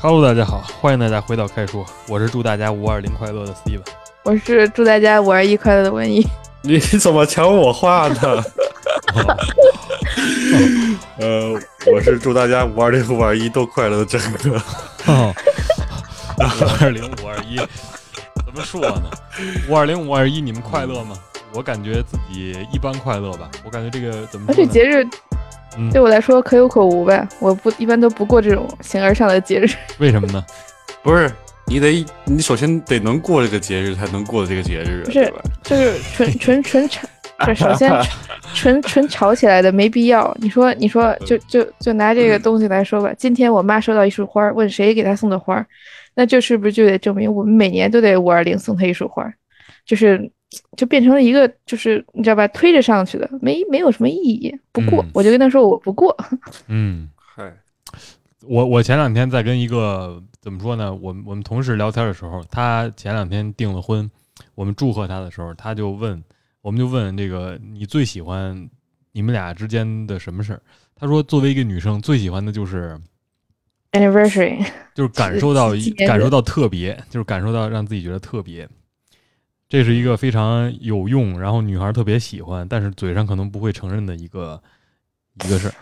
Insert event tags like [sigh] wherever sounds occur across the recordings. Hello，大家好，欢迎大家回到开说，我是祝大家五二零快乐的 Steven。我是祝大家五二一快乐的文艺。 [laughs] 嗯你怎么抢我话 [laughs] 呢？呃，我是祝大家五二零五二一都快乐的真哥。哦五二零五二一， [laughs] 怎么说呢？五二零五二一，你们快乐吗？我感觉自己一般快乐吧。我感觉这个怎么而说这呢？节日嗯对我来说可有可无呗，我不一般都不过这种形而上的节日。 [laughs] 为什么呢？不是，你得，你首先得能过这个节日，才能过这个节日，啊不是对吧？就是 [laughs] 纯纯纯吵， [laughs] 不是首先纯纯吵起来的没必要。你说你说嗯就就就拿这个东西来说吧，今天我妈收到一束花儿，问谁给她送的花儿，那这是不是就得证明我们每年都得五二零送她一束花儿？就是就变成了一个就是你知道吧，推着上去的，没没有什么意义。不过、嗯我就跟她说我不过，嗯，嗨，我我前两天在跟一个怎么说呢？我们我们同事聊天的时候，他前两天订了婚，我们祝贺他的时候，他就问，我们就问这个你最喜欢你们俩之间的什么事儿？他说，作为一个女生，最喜欢的就是 anniversary 就是感受到纪一纪念日感受到特别，就是感受到让自己觉得特别。这是一个非常有用，然后女孩特别喜欢，但是嘴上可能不会承认的一个一个事儿。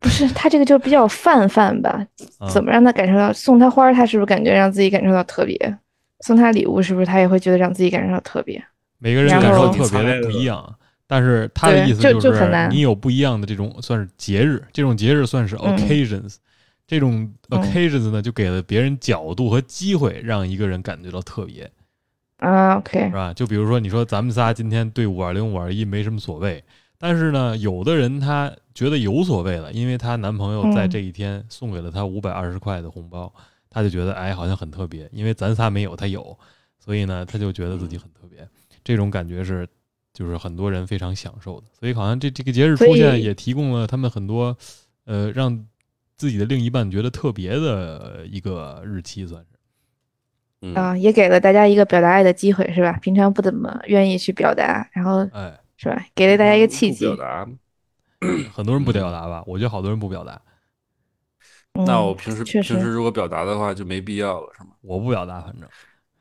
不是他这个就比较泛泛吧？啊怎么让他感受到送他花儿，他是不是感觉让自己感受到特别？送他礼物，是不是他也会觉得让自己感受到特别？每个人然感受后特别的不一样，但是他的对意思就就就很是难你有不一样的这种算是节日，这种节日算是嗯 occasions，、这种嗯 occasions 呢就给了别人角度和机会，让一个人感觉到特别，啊，OK，是吧？就比如说你说咱们仨今天对五二零五二一没什么所谓，但是呢，有的人她觉得有所谓了，因为她男朋友在嗯这一天送给了她五百二十块的红包，她就觉得哎好像很特别，因为咱仨没有，她有，所以呢，她就觉得自己很特别。这种感觉是，就是很多人非常享受的。所以好像这这个节日所出现，以也提供了他们很多，呃，让自己的另一半觉得特别的一个日期，算是。嗯，啊，也给了大家一个表达爱的机会，是吧？平常不怎么愿意去表达，然后哎，是吧，给了大家一个契机嗯不。表达。很多人不表达吧？我觉得好多人不表达，嗯那我平时确平实时如果表达的话，就没必要了，是吗？我不表达，反正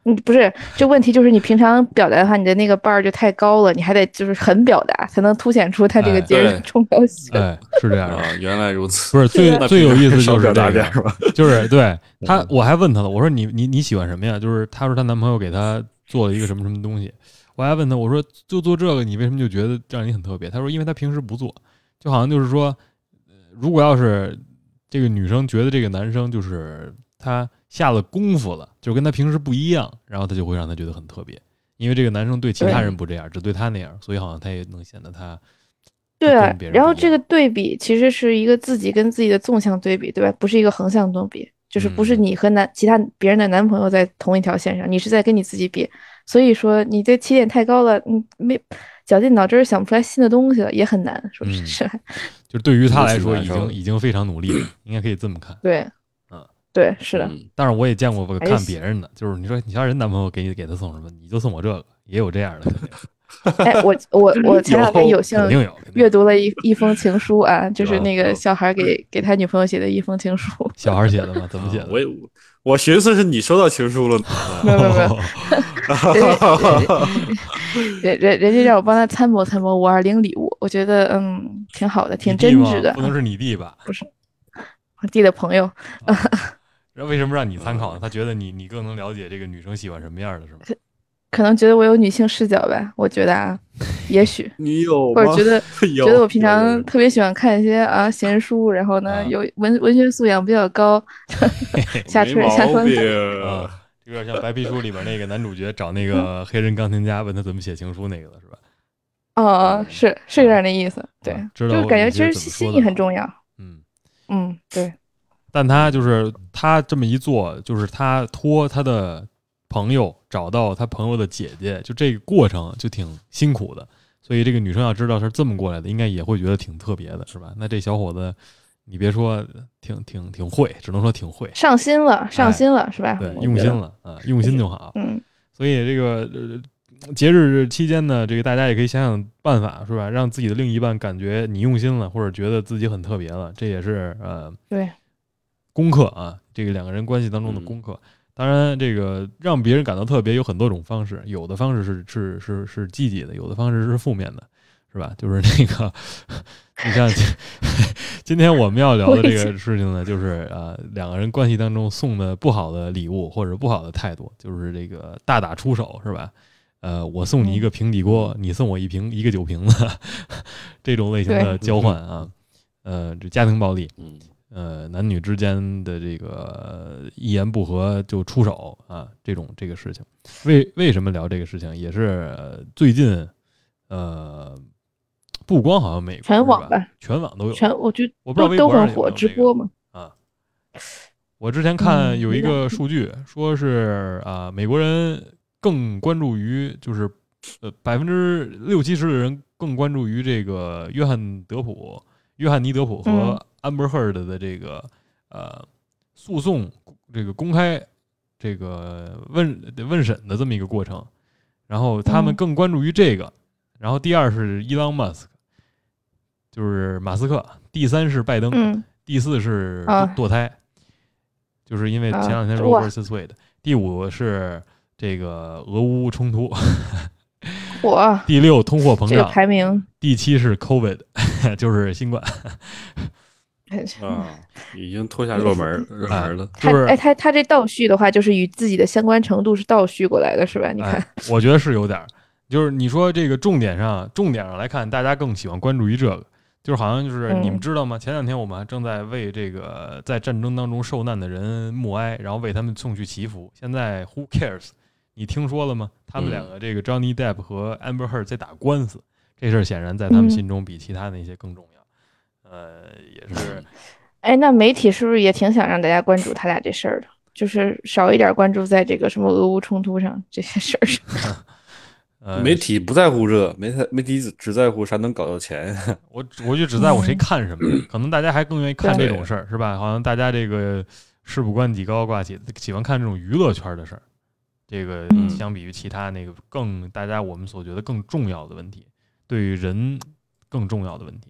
嗯，不是，这问题就是你平常表达的话，你的那个 bar 就太高了，你还得就是很表达，才能凸显出他这哎个节日对的重要性。 [laughs] 哎，是这样的。 [laughs] 啊，原来如此。不是最那最有意思少就表是这达个点儿吧？就是 [laughs] 对她，我还问她了，我说你你你喜欢什么呀？就是她说她男朋友给她做了一个什么什么东西，我还问她，我说就做这个，你为什么就觉得让你很特别？她说因为她平时不做，就好像就是说，呃如果要是这个女生觉得这个男生就是他下了功夫了，就跟他平时不一样，然后她就会让她觉得很特别，因为这个男生对其他对人不这样，只对她那样，所以好像她也能显得她对啊跟别，人然后不一这个样对比其实是一个自己跟自己的纵向对比，对吧？不是一个横向对比，就是不是嗯你和男其他别人的男朋友在同一条线上，你是在跟你自己比。所以说你这起点太高了，你没绞尽脑汁儿想不出来新的东西了，也很难，说嗯是是吧，就是对于她来说这个已挺难受经的已经非常努力了，应该可以这么看。对嗯，对，是的，嗯但是我也见过吧还是看喜别人的，就是你说你让人男朋友给你给他送什么，你就送我这个，也有这样的，肯定哎， [laughs] 我我 [laughs] 我前两天有有幸肯定嗯有。肯定有阅读了一一封情书啊，就是有那个有小孩给给他女朋友写的一封情书， [laughs] 小孩写的吗？怎么写啊的？我也我寻思是你收到情书了呢， [laughs] 没有没有没有，啊 [laughs] 人人人家让我帮他参谋参谋五二零礼物，我觉得嗯挺好的，挺你弟真吗挚的不。能是你弟吧？ [laughs] 我弟的朋友，然后为什么让你参考呢？他觉得你你更能了解这个女生喜欢什么样的，是吗？可能觉得我有女性视角呗，我觉得啊，也许你有或吗？者觉得 [laughs] 有觉得我平有有常有特别喜欢看一些啊闲书，然后呢啊有文文学素养比较 [laughs] 高，下没春下毛川病。啊，有点像《白皮书》里边那个男主角找那 [laughs] 个黑人钢琴家问他怎么写情书那个了，是吧？哦，是是有点那意思，对啊，知就道是感觉你其实是怎么说心的意很了重要，嗯。嗯，对，但他就是他这么一做，就是他托他的朋友找到他朋友的姐姐，就这个过程就挺辛苦的。所以这个女生要知道是这么过来的，应该也会觉得挺特别的，是吧？ [laughs] 那这小伙子，你别说挺挺挺会，只能说挺会，上心了，上哎心了是吧？对，我用觉心得，了啊，用心就好。嗯，所以这个、呃、节日期间呢，这个大家也可以想想办法，是吧？让自己的另一半感觉你用心了，或者觉得自己很特别了，这也是呃对，功课啊，这个两个人关系当中的功课。当然，这个让别人感到特别有很多种方式，有的方式是是是是积极的，有的方式是负面的，是吧？就是那个，你看， [laughs] 今天我们要聊的这个事情呢，就是呃，两个人关系当中送的不好的礼物或者不好的态度，就是这个大打出手，是吧？呃，我送你一个平底锅，你送我一瓶一个酒瓶子， [laughs] 这种类型的交换啊，呃，这家庭暴力，嗯，呃，男女之间的这个呃一言不合就出手啊，这种这个事情，为为什么聊这个事情，也是呃最近，呃，不光好像美国全是网吧吧，全网都有，全我觉得我不知道都微都博上很有没火，有直这个播嘛， [laughs] 我之前看嗯有一没有个数据，说是啊、美国人更关注于就是呃百分之六七十的人更关注于这个约翰德普、约翰尼德普和嗯安伯赫尔德的这个呃诉讼这个公开这个问问审的这么一个过程，然后他们嗯更关注于这个，然后第二是伊朗马斯克，就是马斯克，第三是拜登，嗯，第四是啊堕堕胎，就是因为前两天啊 Roe 哇 vs Wade。第五是这个俄乌冲突， [laughs] 火第六通货膨啊这个胀，排名，第七是 COVID，就是 [laughs] 新冠。 [laughs] 啊，已经脱下热门 [laughs] 热门了，就他是哎，他他这倒叙的话，就是与自己的相关程度是倒叙过来的，是吧？你看哎，我觉得是有点儿，就是你说这个重点上，重点上来看，大家更喜欢关注于这个，就是好像就是嗯你们知道吗？前两天我们还正在为这个在战争当中受难的人默哀，然后为他们送去祈福。现在 Who cares？你听说了吗？他们嗯两个这个 Johnny Depp 和 Amber Heard 在打官司，这事儿显然在他们嗯心中比其他那些更重要。呃，也 [laughs] 是，哎，那媒体是不是也挺想让大家关注他俩这事儿的？就是少一点关注在这个什么俄乌冲突上这些事儿 [laughs] 上。呃，嗯媒体不在乎这，媒体媒体只只在乎啥能搞到钱，我只我就只在乎谁看什 [laughs] 么，可能大家还更愿意看对这种事儿，是吧？好像大家这个事不关己高挂起，喜欢看这种娱乐圈的事儿。这个嗯相比于其他那个更大家我们所觉得更重要的问题，对于人更重要的问题，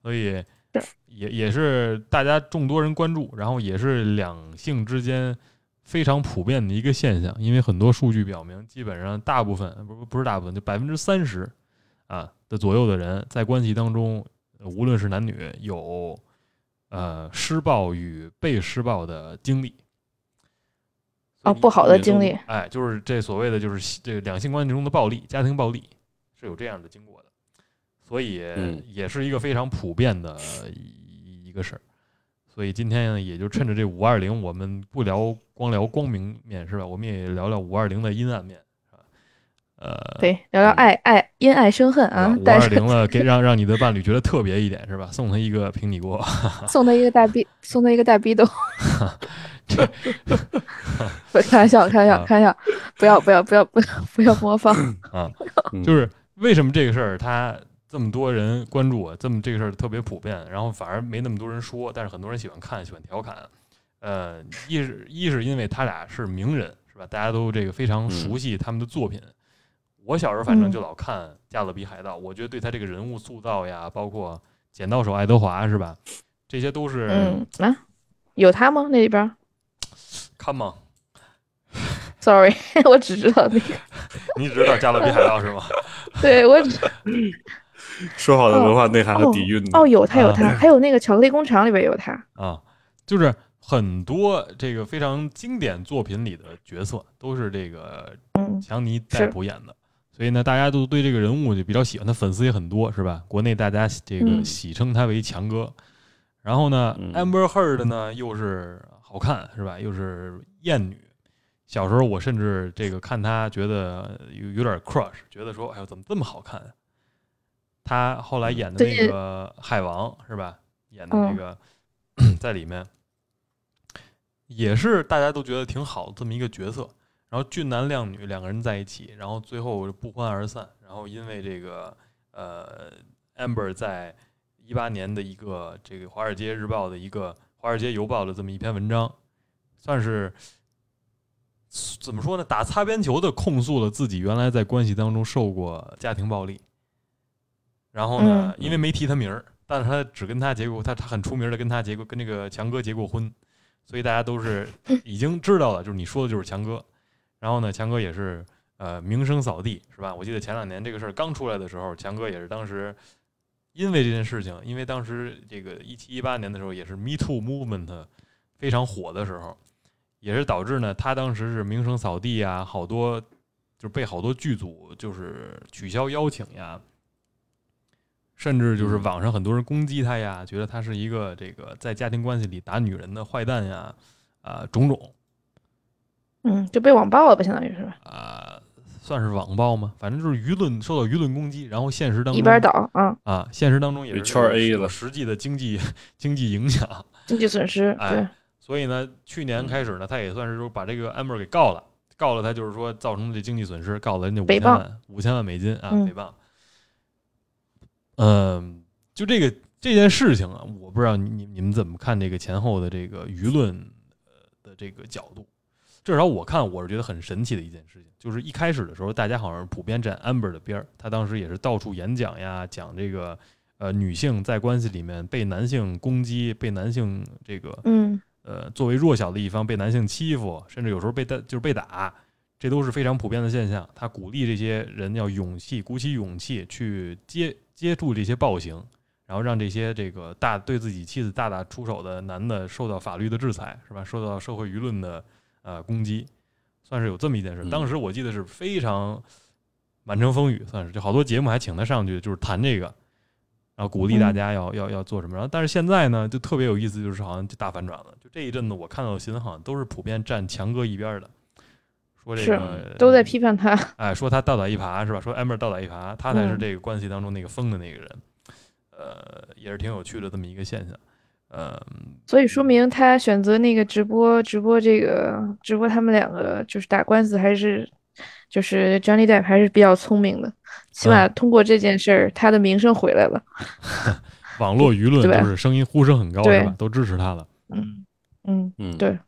所以是也也是大家众多人关注，然后也是两性之间非常普遍的一个现象，因为很多数据表明，基本上大部分不不是大部分，就百分之三十啊的左右的人在关系当中，呃无论是男女，有呃施暴与被施暴的经历。哦，不好的经历，哎，就是这所谓的就是这个两性关系中的暴力、家庭暴力是有这样的经过的，所以嗯也是一个非常普遍的一一个事儿。所以今天呢，也就趁着这五二零，我们不聊光聊光明面是吧？我们也聊聊五二零的阴暗面是吧？呃，对，聊聊爱爱因爱生恨啊，五但二是零了，给让让你的伴侣觉得特别一点是吧？送他一个平底锅， [laughs] 送他一个大逼，送他一个 [laughs] 大逼斗。 [laughs] 不，开玩笑，开玩啊笑，开玩笑，不要不要不要不要不要模仿。嗯就是为什么这个事儿他这么多人关注啊，这么这个事儿特别普遍，然后反而没那么多人说，但是很多人喜欢看，喜欢调侃。呃，一是一是因为他俩是名人，是吧？大家都这个非常熟悉他们的作品。我小时候反正嗯就老看《加勒比海盗》，我觉得对他这个人物塑造呀，包括《剪刀手爱德华》是吧？这些都是嗯啊，有他吗？那里边儿看吗？ ？Sorry，我 [laughs] 只知道那 [laughs] 个，你只知道《加勒比海盗》是吗？对我只说好的文化内涵和哦底蕴呢？哦有他有啊他，还有那个巧克力工厂里边有他。啊，就是很多这个非常经典作品里的角色都是这个嗯强尼是戴普演的，所以呢，大家都对这个人物就比较喜欢，他粉丝也很多，是吧？国内大家喜这个嗯喜称他为强哥。然后呢嗯，Amber Heard 呢又是好看，是吧？又是艳女。小时候我甚至这个看她觉得有有点 crush，觉得说，哎呦，怎么这么好看、啊？她后来演的嗯对那个海王是吧？演的那嗯个、 [clears throat] 在里面也是大家都觉得挺好的这么一个角色。然后俊男靓女两个人在一起，然后最后不欢而散。然后因为这个呃，Amber 在一八年的一个这个《华尔街日报》的一个《华尔街邮报》的这么一篇文章，算是怎么说呢？打擦边球的控诉了自己原来在关系当中受过家庭暴力。然后呢，因为没提他名儿，但是他只跟他结过，他他很出名的跟他结过，跟那个强哥结过婚。所以大家都是已经知道了，就是你说的就是强哥。然后呢，强哥也是呃名声扫地，是吧？我记得前两年这个事儿刚出来的时候，强哥也是当时因为这件事情，因为当时这个一七一八年的时候也是 Me Too Movement 非常火的时候，也是导致呢他当时是名声扫地啊，好多就是被好多剧组就是取消邀请呀。甚至就是网上很多人攻击他呀，觉得他是一个这个在家庭关系里打女人的坏蛋呀，啊、种种嗯，就被网暴了吧，相当于是吧？啊、算是网暴吗？反正就是舆论受到舆论攻击，然后现实当中一边倒啊，啊，现实当中也是被圈儿 A 有了实际的经济经济影响。经济损失，哎对，所以呢，去年开始呢，他也算是说把这个 Amber 给告了，告了他就是说造成的这经济损失，告了人家五诽千谤万五千万美金啊，嗯诽谤。嗯，就这个这件事情啊，我不知道你你你们怎么看这个前后的这个舆论呃的这个角度。至少我看，我是觉得很神奇的一件事情，就是一开始的时候，大家好像普遍站 Amber 的边儿，她当时也是到处演讲呀，讲这个呃女性在关系里面被男性攻击，被男性这个嗯呃，作为弱小的一方被男性欺负，甚至有时候被打，就是被打，这都是非常普遍的现象。他鼓励这些人要勇气，鼓起勇气去接接触这些暴行，然后让这些这个大对自己妻子大打出手的男的受到法律的制裁，是吧？受到社会舆论的呃攻击，算是有这么一件事。嗯当时我记得是非常满城风雨，算是就好多节目还请他上去，就是谈这个，然后鼓励大家要、要要做什么。然后但是现在呢，就特别有意思，就是好像就大反转了。就这一阵子，我看到的新闻好像都是普遍站强哥一边儿的，说这是个都在批判他， [laughs] 哎，说他倒打一耙是吧？说 Amber 倒打一耙，他才是嗯这个关系当中那个疯的那个人。呃，也是挺有趣的这么一个现象。呃，所以说明他选择那个直播，直播这个直播他们两个就是打官司，还是就是 Johnny Depp 还是比较聪明的，起码嗯通过这件事儿，他的名声回来了。网络舆论对吧都是声音呼声很高对是吧？都支持他了。嗯嗯，嗯，对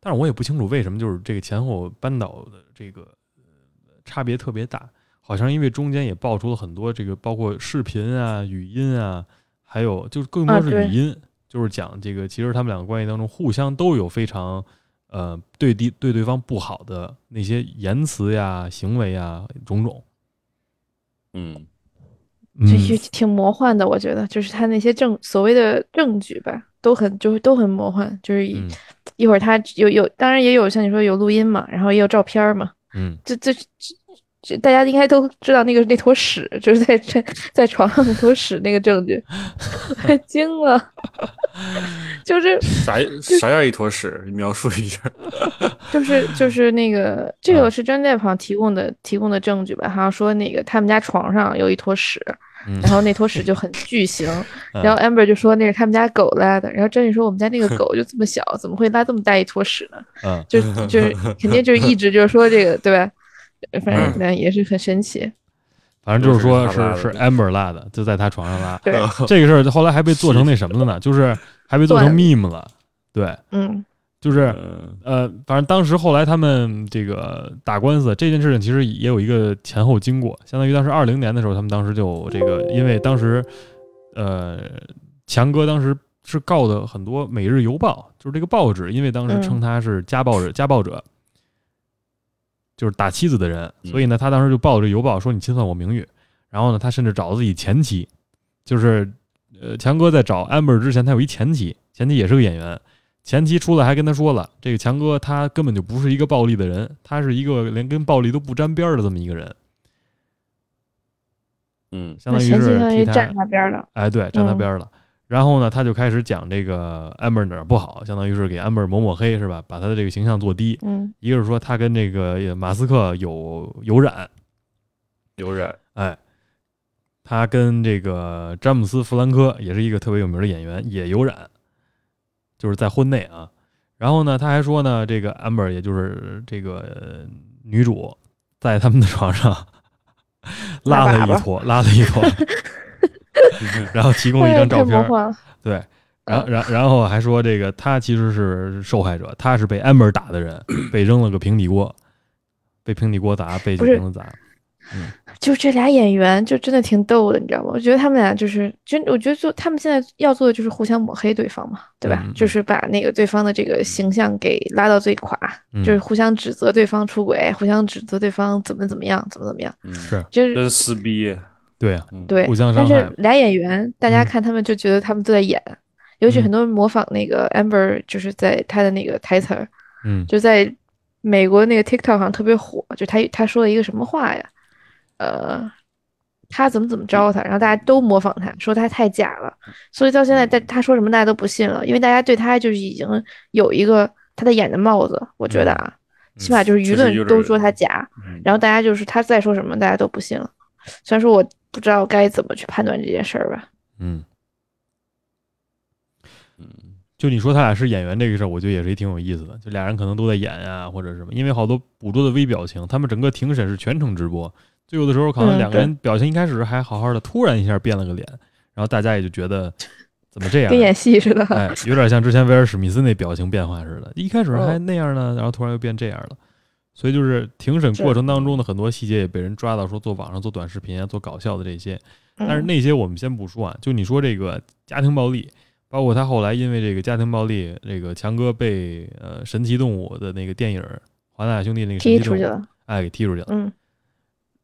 但是我也不清楚为什么，就是这个前后扳倒的这个呃差别特别大，好像因为中间也爆出了很多这个包括视频啊、语音啊，还有就是更多啊是对语音，就是讲这个其实他们两个关系当中互相都有非常呃对敌对对方不好的那些言辞呀、行为呀种种。嗯，嗯这，就挺魔幻的，我觉得就是他那些证所谓的证据吧，都很就是都很魔幻，就是一嗯一会儿他有有，当然也有像你说有录音嘛，然后也有照片儿嘛，嗯，这这这这，大家应该都知道那个那坨屎，就是在在在床上那坨屎那个证据， [laughs] 太惊 [laughs] 了，就是啥啥样一坨屎？你描述一下。就是就是那个这啊个是 Johnny Depp 好像提供的提供的证据吧，好像说那个他们家床上有一坨屎，嗯然后那坨屎就很巨型，嗯然后 Amber 就说那是他们家狗拉的，然后 Johnny 说我们家 [laughs] 那个狗就这么小，怎么会拉这么大一坨屎呢？嗯 [laughs] 就就是肯定就是一直就是说这个对吧？反嗯正反正也是很神奇，反正就是说就是他拉是的是 Amber 拉的，就在他床 [laughs] 上拉。对，这个事儿后来还被做成那什么了呢？就是还被做成段 meme 了。对，嗯就是嗯呃，反正当时后来他们这个打官司这件事情，其实也有一个前后经过，相当于当时二零年的时候，他们当时就这个，因为当时呃，强哥当时是告的很多《每日邮报》，就是这个报纸，因为当时嗯称他是家暴者，家暴者就是打妻子的人，嗯所以呢，他当时就报这邮报说你侵犯我名誉，然后呢，他甚至找了自己前妻，就是呃，强哥在找 Amber 之前，他有一前妻，前妻也是个演员。前妻出来还跟他说了，这个强哥他根本就不是一个暴力的人，他是一个连跟暴力都不沾边儿的这么一个人，嗯相当于那前期是相当替于他站他边儿了。哎，对，站他嗯边儿了。然后呢，他就开始讲这个 Amber 哪儿不好，相当于是给 Amber 抹抹黑是吧？把他的这个形象做低。嗯一个是说他跟这个马斯克有有染，有染。 [laughs] 哎，他跟这个詹姆斯·弗兰科也是一个特别有名的演员，也有染，就是在婚内啊。然后呢，他还说呢，这个 Amber 也就是这个呃女主，在他们的床上 [laughs] 拉拉了一粑粑坨，拉了一 [laughs] 坨，然后提供了一哎呀，张照太片魔儿，幻了。对，然后然后然后还说这个他其实是受害者，他是被 Amber [coughs] 打的人，被扔了个平底锅，被平底锅砸，被酒不是瓶子砸。嗯，就这俩演员就真的挺逗的，你知道吗？我觉得他们俩就是真，我觉得做他们现在要做的就是互相抹黑对方嘛，对吧？嗯嗯就是把那个对方的这个形象给拉到最垮，嗯就是互相指责对方出轨，互相指责对方怎么怎么样，怎么怎么样，嗯是就是真撕逼，对啊，嗯，对互相。但伤害是俩演员，大家嗯看他们就觉得他们都在演，尤其嗯很多人模仿那个 Amber，就是在他的那个台词儿，嗯，就在美国那个 TikTok 好像特别火，就他他说了一个什么话呀？呃，他怎么怎么着他，然后大家都模仿他，说他太假了，所以到现在嗯大他说什么大家都不信了，因为大家对他就是已经有一个他的演的帽子，我觉得啊，起码就是舆嗯确实有论点都说他假，嗯然后大家就是他再说什么大家都不信了。虽然说我不知道该怎么去判断这件事儿吧，嗯，嗯就你说他俩是演员这个事儿，我觉得也是一挺有意思的。就俩人可能都在演啊，或者什么，因为好多捕捉的微表情，他们整个庭审是全程直播，就有的时候可能嗯两个人表情一开始还好好的，突然一下变了个脸，然后大家也就觉得怎么这样跟，演戏似的。哎，有点像之前威尔史密斯那表情变化似的，一开始哦还那样呢，然后突然又变这样了。所以就是庭审过是程当中的很多细节也被人抓到，说做网上做短视频啊，做搞笑的这些，但是嗯那些我们先不说啊，就你说这个家庭暴力，包括他后来因为这个家庭暴力，这个强哥被呃神奇动物的那个电影《华纳兄弟》那个神踢奇出动去物，了，哎，给踢出去了。嗯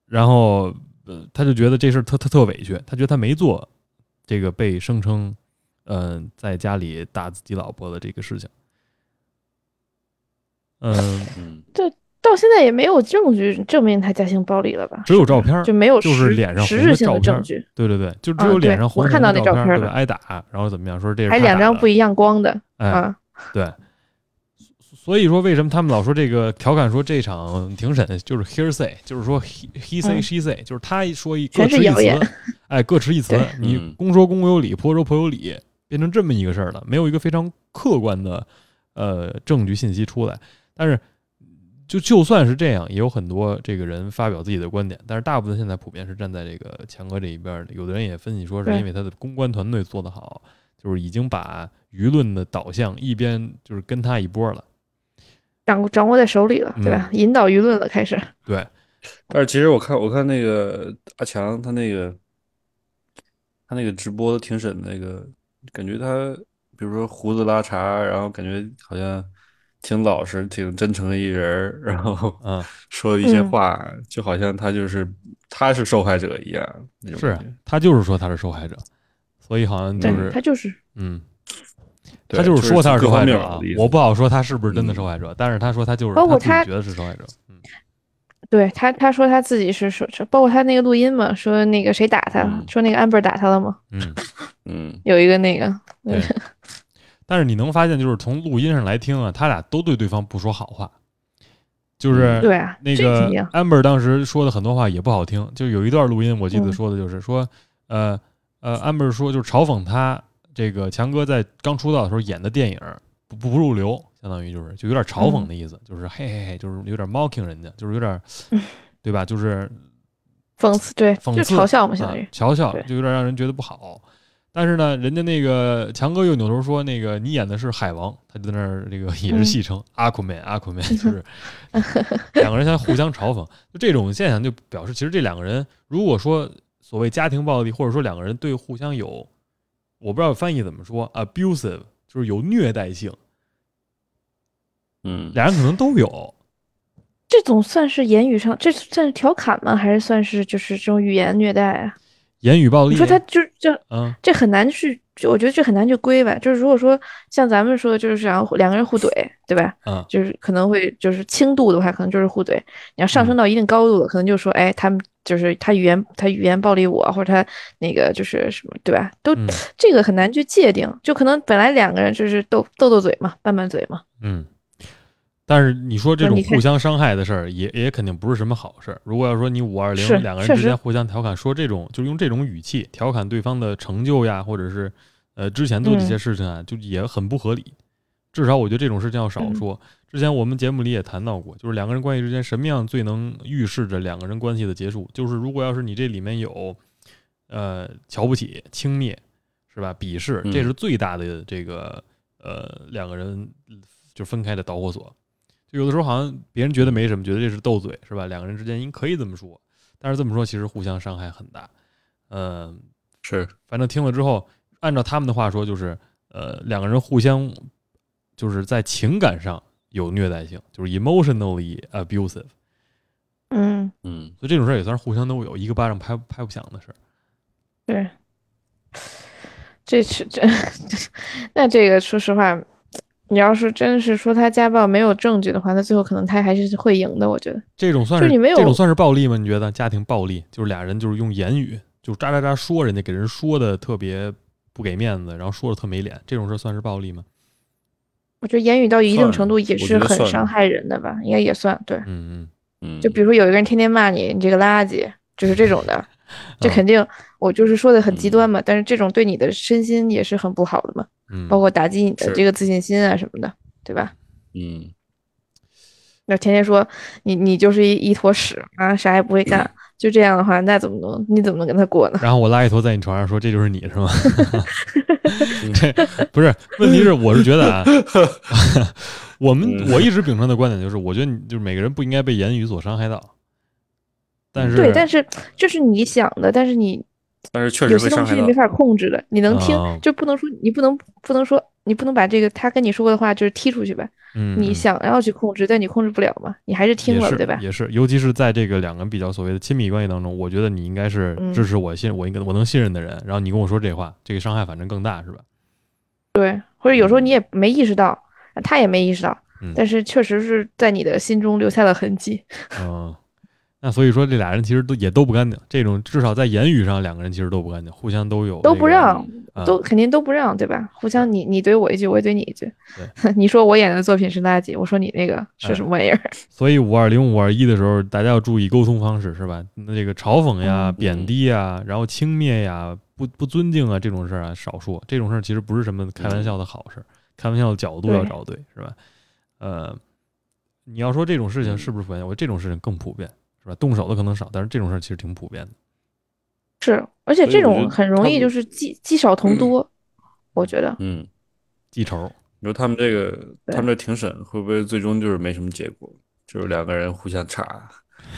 然后呃，他就觉得这事儿特特特委屈，他觉得他没做这个被声称嗯、呃在家里打自己老婆的这个事情。嗯，嗯，到现在也没有证据证明他家庭暴力了吧？只有照片儿，就没有就实是脸上实红的质性照的片证儿据，对对对，就只啊有对脸上我红红看的到那照照片片儿，儿对，了挨打，然后怎么样？说这是还他两打张的不一样光的哎，啊。对，所以说为什么他们老说这个调侃说这场庭审就是 hearsay，就是说 he he say 嗯 she say，、就是他一说一各全是持一谣言词，哎，各持一词对，你嗯公说公有理，婆说婆有理，变成这么一个事儿了，没有一个非常客观的呃证据信息出来。但是就就算是这样，也有很多这个人发表自己的观点，但是大部分现在普遍是站在这个强哥这一边儿的。有的人也分析说，是对因为他的公关团队做得好，就是已经把舆论的导向一边就是跟他一波了。掌掌握在手里了，对吧？嗯引导舆论了，开始。对，但是其实我看我看那个阿强他那个他那个直播庭审那个，感觉他比如说胡子拉碴，然后感觉好像挺老实、挺真诚的一人儿，然后嗯， [laughs] 说的一些嗯话，就好像他就是他是受害者一样那种是感啊觉。他就是说他是受害者，所以好像就对是他就是嗯，对他就就是说他是各受方害面者吧啊我的意，思嗯我不好说他是不是真的受害者，但是他说他就是包括他他自己觉得是受害者，嗯，对他，他说他自己是说，包括他那个录音嘛，说那个谁打他，嗯说那个 Amber 打他了吗？嗯，嗯，有一个那个，对。 [clears throat] 但是你能发现，就是从录音上来听啊，他俩都对对方不说好话，就是嗯对啊，那这个肯定 Amber 当时说的很多话也不好听，就有一段录音，我记得嗯说的就是说，呃呃，Amber 说就是嘲讽他这个强哥在刚出道的时候演的电影不不入流，相当于就是就有点嘲嗯讽的意思，就是嘿嘿嘿，就是有点 mocking 人家，就是有 [laughs] 点，对吧？就是讽刺，对，讽就刺嘲笑嘛，相啊当于。，嘲笑对就有点让人觉得不好。但是呢，人家那个强哥又扭头说：“那个你演的是海王。”他就在那儿这个也嗯是戏称阿 a 曼，阿 a [laughs] 曼，就是两个人相互相嘲讽。就这种现象就表示，其实这两个人如果说所谓家庭暴力，或者说两个人对互相有，我不知道翻译怎么说，abusive 就是有虐待性，嗯，俩人可能都有。这种算是言语上，这算是调侃吗？还是算是就是这种语言虐待啊？言语暴力，你说他就是这嗯这很难去，就我觉得这很难去归吧。就是如果说像咱们说的，就是想两个人互怼，对吧？嗯就是可能会就是轻度的话，可能就是互怼。你要嗯上升到一定高度了，可能就说，哎，他们就是他语言他语言暴力我，或者他那个就是什么，对吧？都、嗯这个很难去界定，就可能本来两个人就是斗斗斗嘴嘛，拌拌嘴嘛。嗯，但是你说这那种你互看相伤害的事儿，也也肯定不是什么好事儿。如果要说你五二是零两个人确之间实互相调侃，说这种就是用这种语气调侃对方的成就呀，或者是呃之前做的一嗯些事情啊，就也很不合理。至少我觉得这种事情要少嗯说。之前我们节目里也谈到过，就是两个人关系之间什么样最能预示着两个人关系的结束？就是如果要是你这里面有呃瞧不起、轻蔑，是吧？鄙视，这嗯是最大的这个呃两个人就分开的导火索。就有的时候好像别人觉得没什么，觉得这是斗嘴，是吧？两个人之间应可以这么说，但是这么说其实互相伤害很大。嗯，是反正听了之后，按照他们的话说，就是呃，两个人互相就是在情感上有虐待性，就是 emotionally abusive，嗯，嗯，所以这种事儿也算是互相都有，一个巴掌拍拍不响的事儿。对，这是这， [laughs] 那这个说实话，你要是真是说他家暴没有证据的话，那最后可能他还是会赢的，我觉得。这种算就是是你没有这种算是暴力吗？你觉得家庭暴力就是俩人就是用言语就是喳喳喳说人家，给人说的特别不给面子，然后说的特没脸，这种事儿算是暴力吗？我觉得言语到一定算程度也我是觉得很算伤害人的吧，应该也算对。嗯嗯，嗯，就比如说有一个人天天骂你，你这个垃圾，就是这种的，这嗯肯定我就是说的很极嗯端嘛，但是这种对你的身心也是很不好的嘛，嗯，包括打击你的是这个自信心啊什么的，对吧？嗯，那天天说你你就是一一坨屎啊，啥也不会嗯干，就这样的话，那怎么能你怎么能跟他过呢？然后我拉一坨在你床上说这就是你 [laughs] 是吗？这不是问题是我是觉得啊， [laughs] 我们嗯我一直秉承的观点就是，我觉得你就是每个人不应该被言语所伤害到，但是对，但是这是你想的，但是你但是确实有些会东伤西害是到啊没，法控制的，你能听哦就不能说你不能不能说你不能把这个他跟你说过的话就是踢出去呗，嗯你嗯想要去控制，但你控制不了嘛，你还是听也了是对吧？也是，尤其是在这个两个人比较所谓的亲密关系当中，我觉得你应该是嗯支持我信、我应该我能信任的人，然后你跟我说这话，这个伤害反正更大是吧？对，或者有时嗯候你也没意识到，他也没意识到嗯，但是确实是在你的心中留下了痕迹。嗯，那所以说这俩人其实都也都不干净，这种至少在言语上两个人其实都不干净，互相都有、都不让，嗯啊、都肯定都不让，对吧？互相你你怼我一句，我也怼你一句。 [laughs] 你说我演的作品是垃圾，我说你那个哎是什么玩意儿？所以五二零、五二一的时候，大家要注意沟通方式，是吧？那这个嘲讽呀、嗯贬低呀，然后轻蔑呀、不不尊敬啊这种事儿啊，少说。这种事儿其实不是什么开玩笑的好事，嗯开玩笑的角度要对找对，是吧？呃，你要说这种事情是不是普遍？我觉得这种事情更普遍，是吧？动手的可能少，但是这种事儿其实挺普遍的。是，而所且以这我觉种得很容他易们就是积积少同多，我觉得嗯，记仇，你说他们这个，对他们这庭审会不会最终就是没什么结果？就是两个人互相查，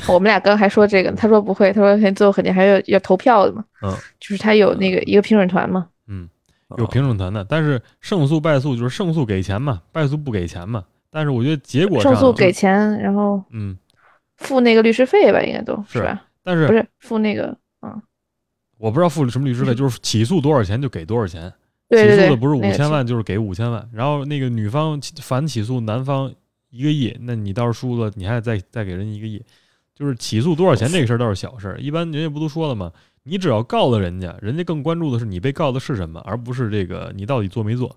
我们俩刚还说这个呢，他说不会，他说肯定最后肯定还要要投票的嘛，嗯就是他有那个一个评审团嘛，嗯，啊有评审团的，但是胜诉败诉就是胜诉给钱嘛，败诉不给钱嘛。但是我觉得结果上胜诉就是给，钱，然后嗯，付那个律师费吧，应该都是吧？但是不是付那个，嗯，我不知道付了什么律师费，就是起诉多少钱就给多少钱。对对起对，诉的不是五那个千是，万就是给五千万，然后那个女方起反起诉男方一个亿，那你倒是输了，你还得再再给人一个亿。就是起诉多少钱这个事儿倒是小事儿，一般人家不都说了吗？你只要告了人家，人家更关注的是你被告的是什么，而不是这个你到底做没做。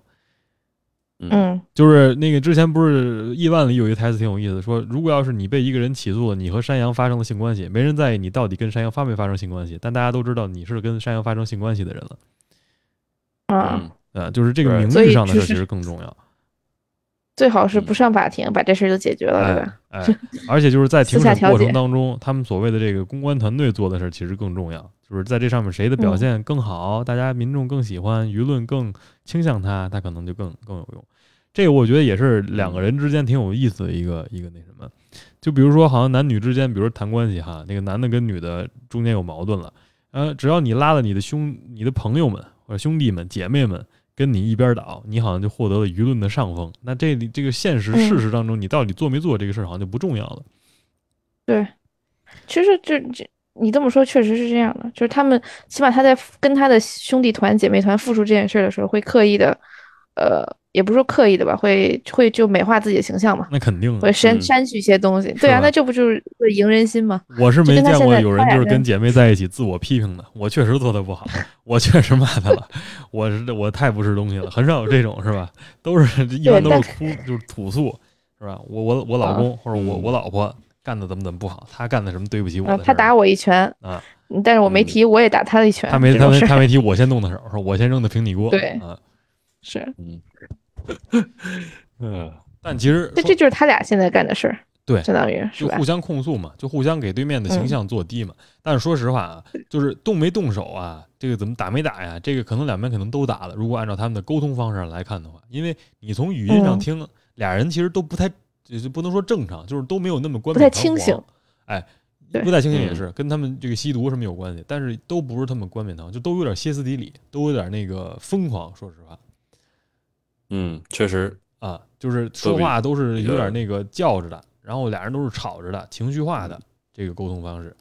嗯嗯就是那个之前不是《亿万》里有一个台词挺有意思的，说如果要是你被一个人起诉了，你和山羊发生了性关系，没人在意你到底跟山羊发没发生性关系，但大家都知道你是跟山羊发生性关系的人了。啊，嗯，啊，就是这个对名所誉以上的就事儿其是实更重要。最好是不上法庭，把这事儿就解决了，对吧？嗯哎，而且就是在庭私下审过程调解当中，他们所谓的这个公关团队做的事儿其实更重要，就是在这上面谁的表嗯现更好，大家民众更喜欢，舆论更倾向他，他可能就更更有用。这个我觉得也是两个人之间挺有意思的一个一个那什么，就比如说好像男女之间，比如说谈关系哈，那个男的跟女的中间有矛盾了，呃，只要你拉了你的兄、你的朋友们或者兄弟们、姐妹们跟你一边倒，你好像就获得了舆论的上风。那这里这个现实嗯事实当中，你到底做没做这个事儿，好像就不重要了。对，其实这这你这么说确实是这样的，就是他们起码他在跟他的兄弟团、姐妹团复述这件事儿的时候，会刻意的，呃，也不是说刻意的吧，会会就美化自己的形象嘛，那肯定会的，删嗯删去一些东西。对吧啊，那这不就是为赢人心吗？我是就没跟他见现过在有人发展就是的跟姐妹在一起自我批评的。我确实做的不好，我确实骂她了， [laughs] 我是我太不是东西了，很少有这种是吧？都是一般都但啊是哭就是吐诉是吧？我我我老公或者我我老婆干的怎么怎么不好，他干的什么对不起我啊，的事他儿。打我一拳啊，嗯但是我没嗯提，我也打他一拳，他没这他种没事儿他没提我先动的手，说我先扔的平底锅。对啊，是，嗯但其实那说这就是他俩现在干的事儿，对相当于是就吧互？相控诉嘛，就互相给对面的形嗯象做低嘛。但是说实话啊，就是动没动手啊，这个怎么打没打呀？这个可能两边可能都打了。如果按照他们的沟通方式来看的话，因为你从语音上嗯听，俩人其实都不太，就是不能说正常，就是都没有那么冠不冕太堂清皇醒。哎，对热带青年也是跟他们这个吸毒什么有关系，但是都不是他们冠冕堂，就都有点歇斯底里，都有点那个疯狂。说实话嗯，确实，啊，就是都说比话都是比有较点那个叫着的，然后俩人都是吵着的，情绪化的这个沟通方式。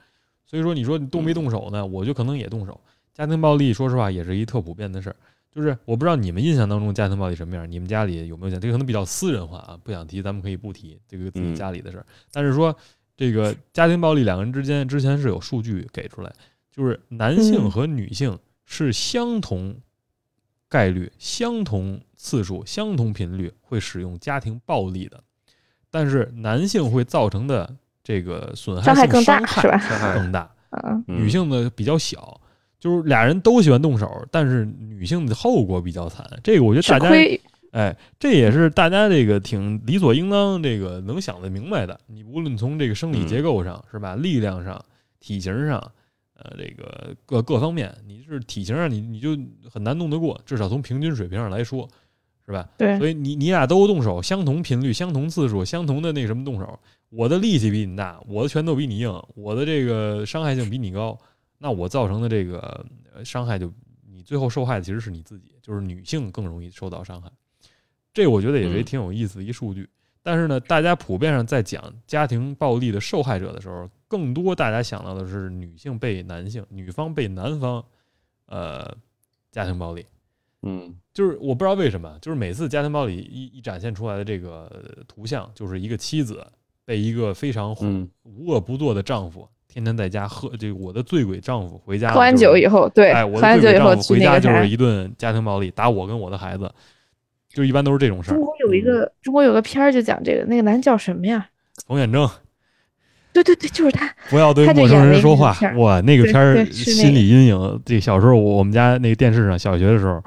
所以说，你说你动没动手呢？我就可能也动手。家庭暴力，说实话也是一特普遍的事儿。就是我不知道你们印象当中家庭暴力什么样，你们家里有没有讲？这个可能比较私人化啊，不想提，咱们可以不提这个自己嗯家里的事儿。但是说这个家庭暴力，两个人之间之前是有数据给出来，就是男性嗯和女性是相同概率、相同次数、相同频率会使用家庭暴力的，但是男性会造成的这个损害伤害性更大伤害是吧伤害更大，啊，嗯女性的比较小。就是俩人都喜欢动手，但是女性的后果比较惨。这个我觉得吃大家亏哎，这也是大家这个挺理所应当，这个能想得明白的。你无论从这个生理结构上、是吧，力量上、体型上，呃，这个各各方面，你是体型上你你就很难弄得过，至少从平均水平上来说，是吧？对所以你你俩都动手，相同频率、相同次数、相同的那什么动手，我的力气比你大，我的拳头比你硬，我的这个伤害性比你高，那我造成的这个呃伤害就你最后受害的其实是你自己，就是女性更容易受到伤害。这我觉得也是嗯挺有意思的一数据。但是呢，大家普遍上在讲家庭暴力的受害者的时候，更多大家想到的是女性被男性，女方被男方，呃，家庭暴力。嗯就是我不知道为什么，就是每次家庭暴力一一展现出来的这个呃图像，就是一个妻子被一个非常嗯无恶不作的丈夫，天天在家喝这个我的醉鬼丈夫回家喝完就是酒以后，对，哎，喝我的完酒醉以鬼后丈夫去回那家个就啥是，一顿家庭暴力，打我跟我的孩子，就一般都是这种事儿中。国有一嗯个中国有个片儿就讲这个，那个男叫什么呀？冯远征，对对对，就是他，不要对他就陌生演了人一说个话片。儿哇，那个对片儿对是那心个理阴影。这小时候我我们家那个电视上，小学的时候，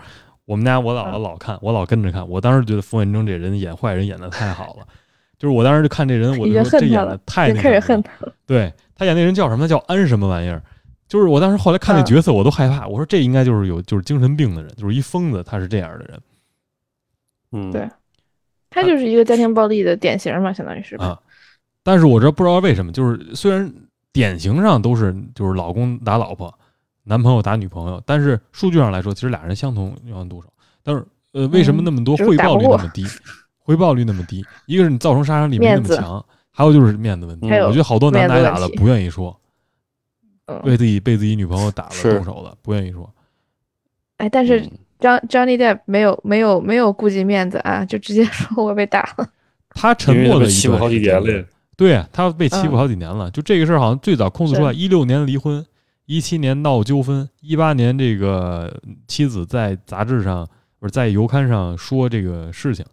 我们家我姥姥嗯老看，我老跟着看。我当时觉得冯远征这人演坏人演的太好了，就是我当时就看这人，我已就经说这恨他演了的太就那开什始么恨了他了。对他演那人叫什么？叫安什么玩意儿？就是我当时后来看那嗯角色，我都害怕。我说这应该就是有就是精神病的人，就是一疯子，他是这样的人。嗯，对他就是一个家庭暴力的典型嘛，相当于是吧？啊。但是我这不知道为什么，就是虽然典型上都是就是老公打老婆，男朋友打女朋友，但是数据上来说，其实俩人相同要多少？但是呃，为什么那么多嗯只是汇报率打不那过么低？回报率那么低，一个是你造成杀伤力没那面么子强，还有就是面子问题。还有我觉得好多男面子的挨问打了题不愿意说，嗯，被自己被自己女朋友打了是动手了不愿意说。哎，但是嗯嗯张 Johnny Depp 没有没有没有顾及面子啊，就直接说我被打了。他因沉为他默了被一欺负段好几时间年了呀，对啊他被欺负嗯好几年了。就这个事儿，好像最早控诉出来，一六年离婚，一七年闹纠纷，一八年这个妻子在杂志上不是在邮刊上说这个事情，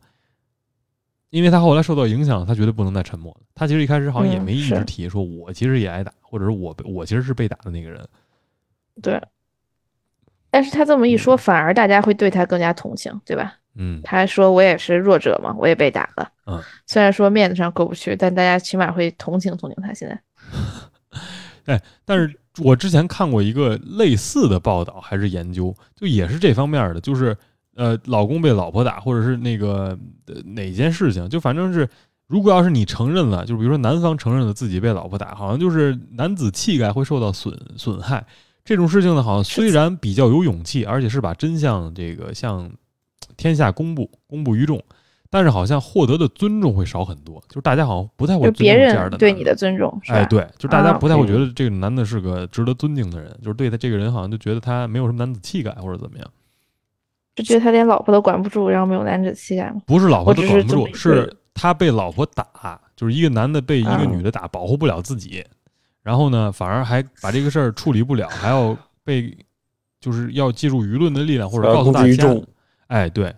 因为他后来受到影响，他觉得不能再沉默了。他其实一开始好像也嗯没一是直提，说我其实也挨打，或者是我被我其实是被打的那个人。对，但是他这么一说，反而大家会对他更加同情，对吧？嗯，他还说我也是弱者嘛，我也被打了。嗯，虽然说面子上过不去，但大家起码会同情同情他。现在，但是我之前看过一个类似的报道还是研究，就也是这方面儿的，就是呃，老公被老婆打，或者是那个、呃、哪件事情，就反正是，如果要是你承认了，就比如说男方承认了自己被老婆打，好像就是男子气概会受到损损害。这种事情呢，好像虽然比较有勇气，而且是把真相这个向天下公布，公布于众，但是好像获得的尊重会少很多，就是大家好像不太会就尊重别这样人的对男你人的尊重，是吧？哎，对，就是大家啊不太会嗯觉得这个男的是个值得尊敬的人，就是对他这个人好像就觉得他没有什么男子气概或者怎么样，就觉得他连老婆都管不住，然后没有男子气概嘛。不是老婆我都只管是不这么住，一个是他被老婆打，就是一个男的被一个啊女的打，保护不了自己，然后呢，反而还把这个事儿处理不了，还要被就是要借助舆论的力量或者还要告诉公大之于家众，哎，对，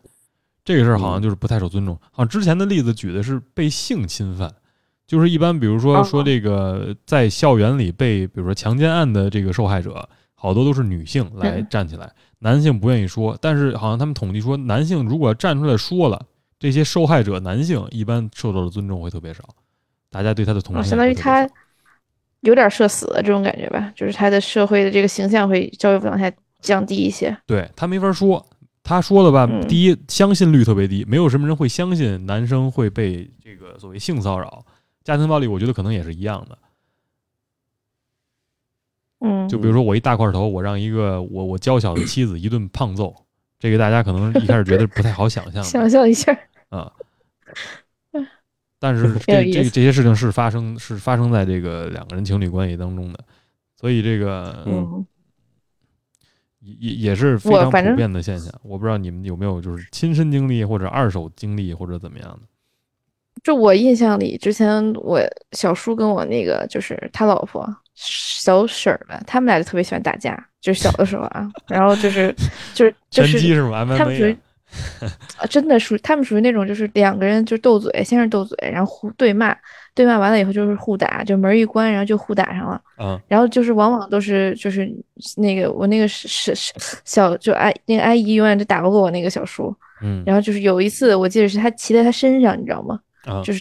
这个事儿好像嗯就是不太受尊重。好像之前的例子举的是被性侵犯，就是一般比如说哦说这个在校园里被比如说强奸案的这个受害者，好多都是女性来嗯站起来，男性不愿意说。但是好像他们统计说，男性如果站出来说了，这些受害者男性一般受到的尊重会特别少，大家对他的同情啊，也相当于会特别他少有点社死的这种感觉吧，就是他的社会的这个形象会稍微往下降低一些。对他没法说。他说了吧，嗯第一，相信率特别低，没有什么人会相信男生会被这个所谓性骚扰、家庭暴力，我觉得可能也是一样的。嗯，就比如说我一大块头，我让一个我我娇小的妻子一顿胖揍，这个大家可能一开始觉得不太好想象 [laughs] 的，想象一下， [laughs] 啊。但是挺这有意这思这些事情是发生是发生在这个两个人情侣关系当中的，所以这个嗯嗯，也也也是非我常反普正遍的现象。我不知道你们有没有就是亲身经历或者二手经历或者怎么样的。就我印象里，之前我小叔跟我那个就是他老婆小婶儿吧，他们俩就特别喜欢打架，就是小的时候啊，然后就是 [laughs] 就是就拳是击是吗他们属？MMA 于啊啊，真的属于他们属于那种就是两个人就斗嘴，先是斗嘴，然后互对骂，对骂完了以后就是互打，就门儿一关，然后就互打上了。啊，然后就是往往都是就是那个我那个是是是小就阿那个阿姨永远都打不过我那个小叔。嗯然后就是有一次我记得是他骑在他身上，你知道吗？啊就是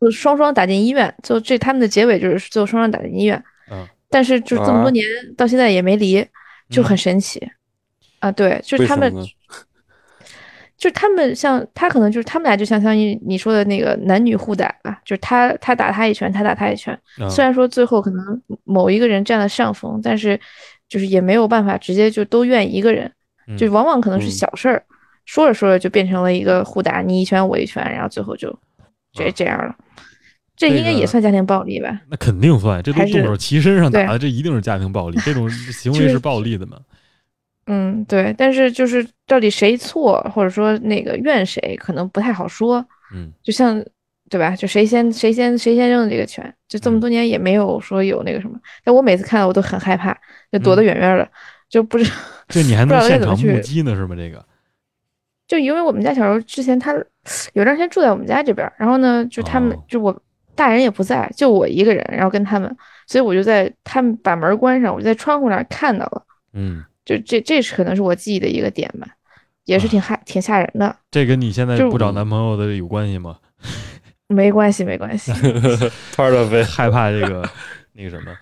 就是双双打进医院，最后这他们的结尾就是最后双双打进医院。啊，但是就是这么嗯啊多年到现在也没离，就嗯很神奇。啊，对，就是为他什么们呢？就是他们像他可能就是他们俩就相当于你说的那个男女互打吧，就是他他打他一拳，他打他一拳。啊虽然说最后可能某一个人占了上风，但是就是也没有办法直接就都怨一个人，嗯就往往可能是嗯小事儿，说着说着就变成了一个互打，你一拳我一拳，然后最后就这啊这样了。这这应该个也算家庭暴力吧？那肯定算，这都还动是手骑身上对打的，这一定是家庭暴力，这种 [laughs] 行就为是是暴力的嘛？嗯，对。但是就是到底谁错，或者说那个怨谁，可能不太好说。嗯，就像对吧？就谁先谁先谁先扔的这个拳，就这嗯么多年也没有说有那个什么。但我每次看到我都很害怕，就躲得远远的，就不知这嗯你还不知能道该现怎么场去目击呢，是吗？这个就因为我们家小时候之前他有段时间住在我们家这边儿，然后呢，就他们、哦就我大人也不在，就我一个人，然后跟他们，所以我就在他们把门关上，我就在窗户那儿看到了，嗯，就这这是可能是我记忆的一个点吧，也是啊挺害、挺吓人的。这跟你现在就是不找男朋友的有关系吗？没关系，没 [laughs] 关系， part of it，害怕这 [laughs] 个那个什么？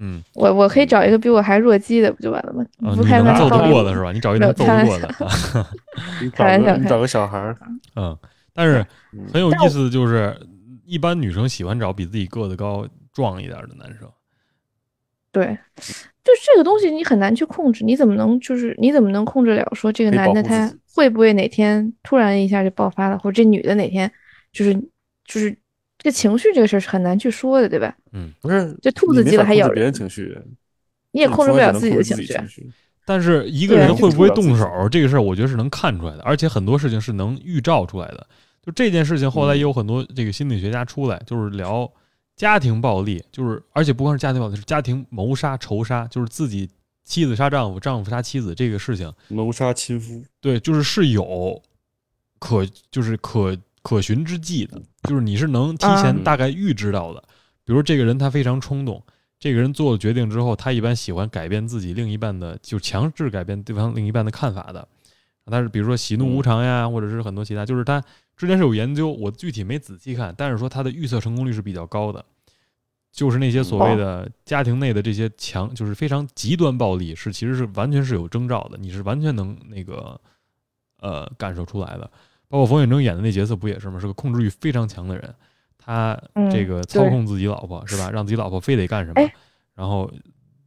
嗯，我我可以找一个比我还弱鸡的，不就完了吗？啊，你不开能玩揍笑得了过的是吧？你找一没能有揍开得玩过的，啊你找开玩个笑开你玩找个小孩 [laughs] 儿，嗯，但是嗯很有但意我思的就是，一般女生喜欢找比自己个子高、壮一点的男生。对，就这个东西你很难去控制，你怎么能就是你怎么能控制了说这个可以男保的护他自己会不会哪天突然一下就爆发了，或者这女的哪天就是就是这个情绪这个事儿是很难去说的，对吧？不是这兔子你没急了法还控咬制别人人情绪，你也就控制从不来了只能自己控的制情自绪己，情绪。但是一个人对会不会动手，这个事儿我觉得是能看出来的，而且很多事情是能预兆出来的。就这件事情，后来也有很多这个心理学家出来，就是聊家庭暴力，就是而且不光是家庭暴力，是家庭谋杀、仇杀，就是自己妻子杀丈夫、丈夫杀妻子这个事情，谋杀亲夫，对，就是是有可就是可可循之计的，就是你是能提前啊大概预知到的。比如这个人他非常冲动，这个人做了决定之后，他一般喜欢改变自己另一半的，就强制改变对方另一半的看法的。但是比如说喜怒无嗯常呀，或者是很多其他，就是他之前是有研究，我具体没仔细看，但是说他的预测成功率是比较高的。就是那些所谓哦的家庭内的这些强，就是非常极端暴力，是其实是完全是有征兆的，你是完全能那个呃感受出来的。包括冯远征演的那角色不也是吗？是个控制欲非常强的人，他嗯这个操对控自己老婆、是吧？让自己老婆非得干什么哎，然后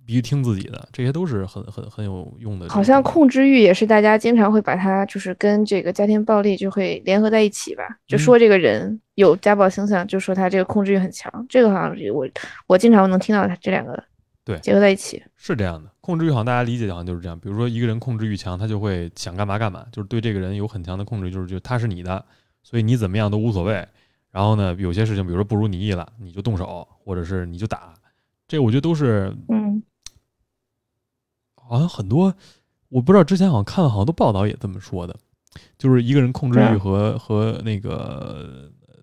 必须听自己的，这些都是很很很有用的这种东西。好像控制欲也是大家经常会把它就是跟这个家庭暴力就会联合在一起吧，就嗯说这个人有家暴倾向，就说他这个控制欲很强，这个好像是我我经常能听到他这两个对结合在一起，是这样的，控制欲好像大家理解好像就是这样。比如说一个人控制欲强，他就会想干嘛干嘛，就是对这个人有很强的控制，就是就他是你的，所以你怎么样都无所谓。然后呢，有些事情，比如说不如你意了，你就动手，或者是你就打，这我觉得都是嗯，好像很多，我不知道之前好像看了好多报道也这么说的，就是一个人控制欲嗯和和那个呃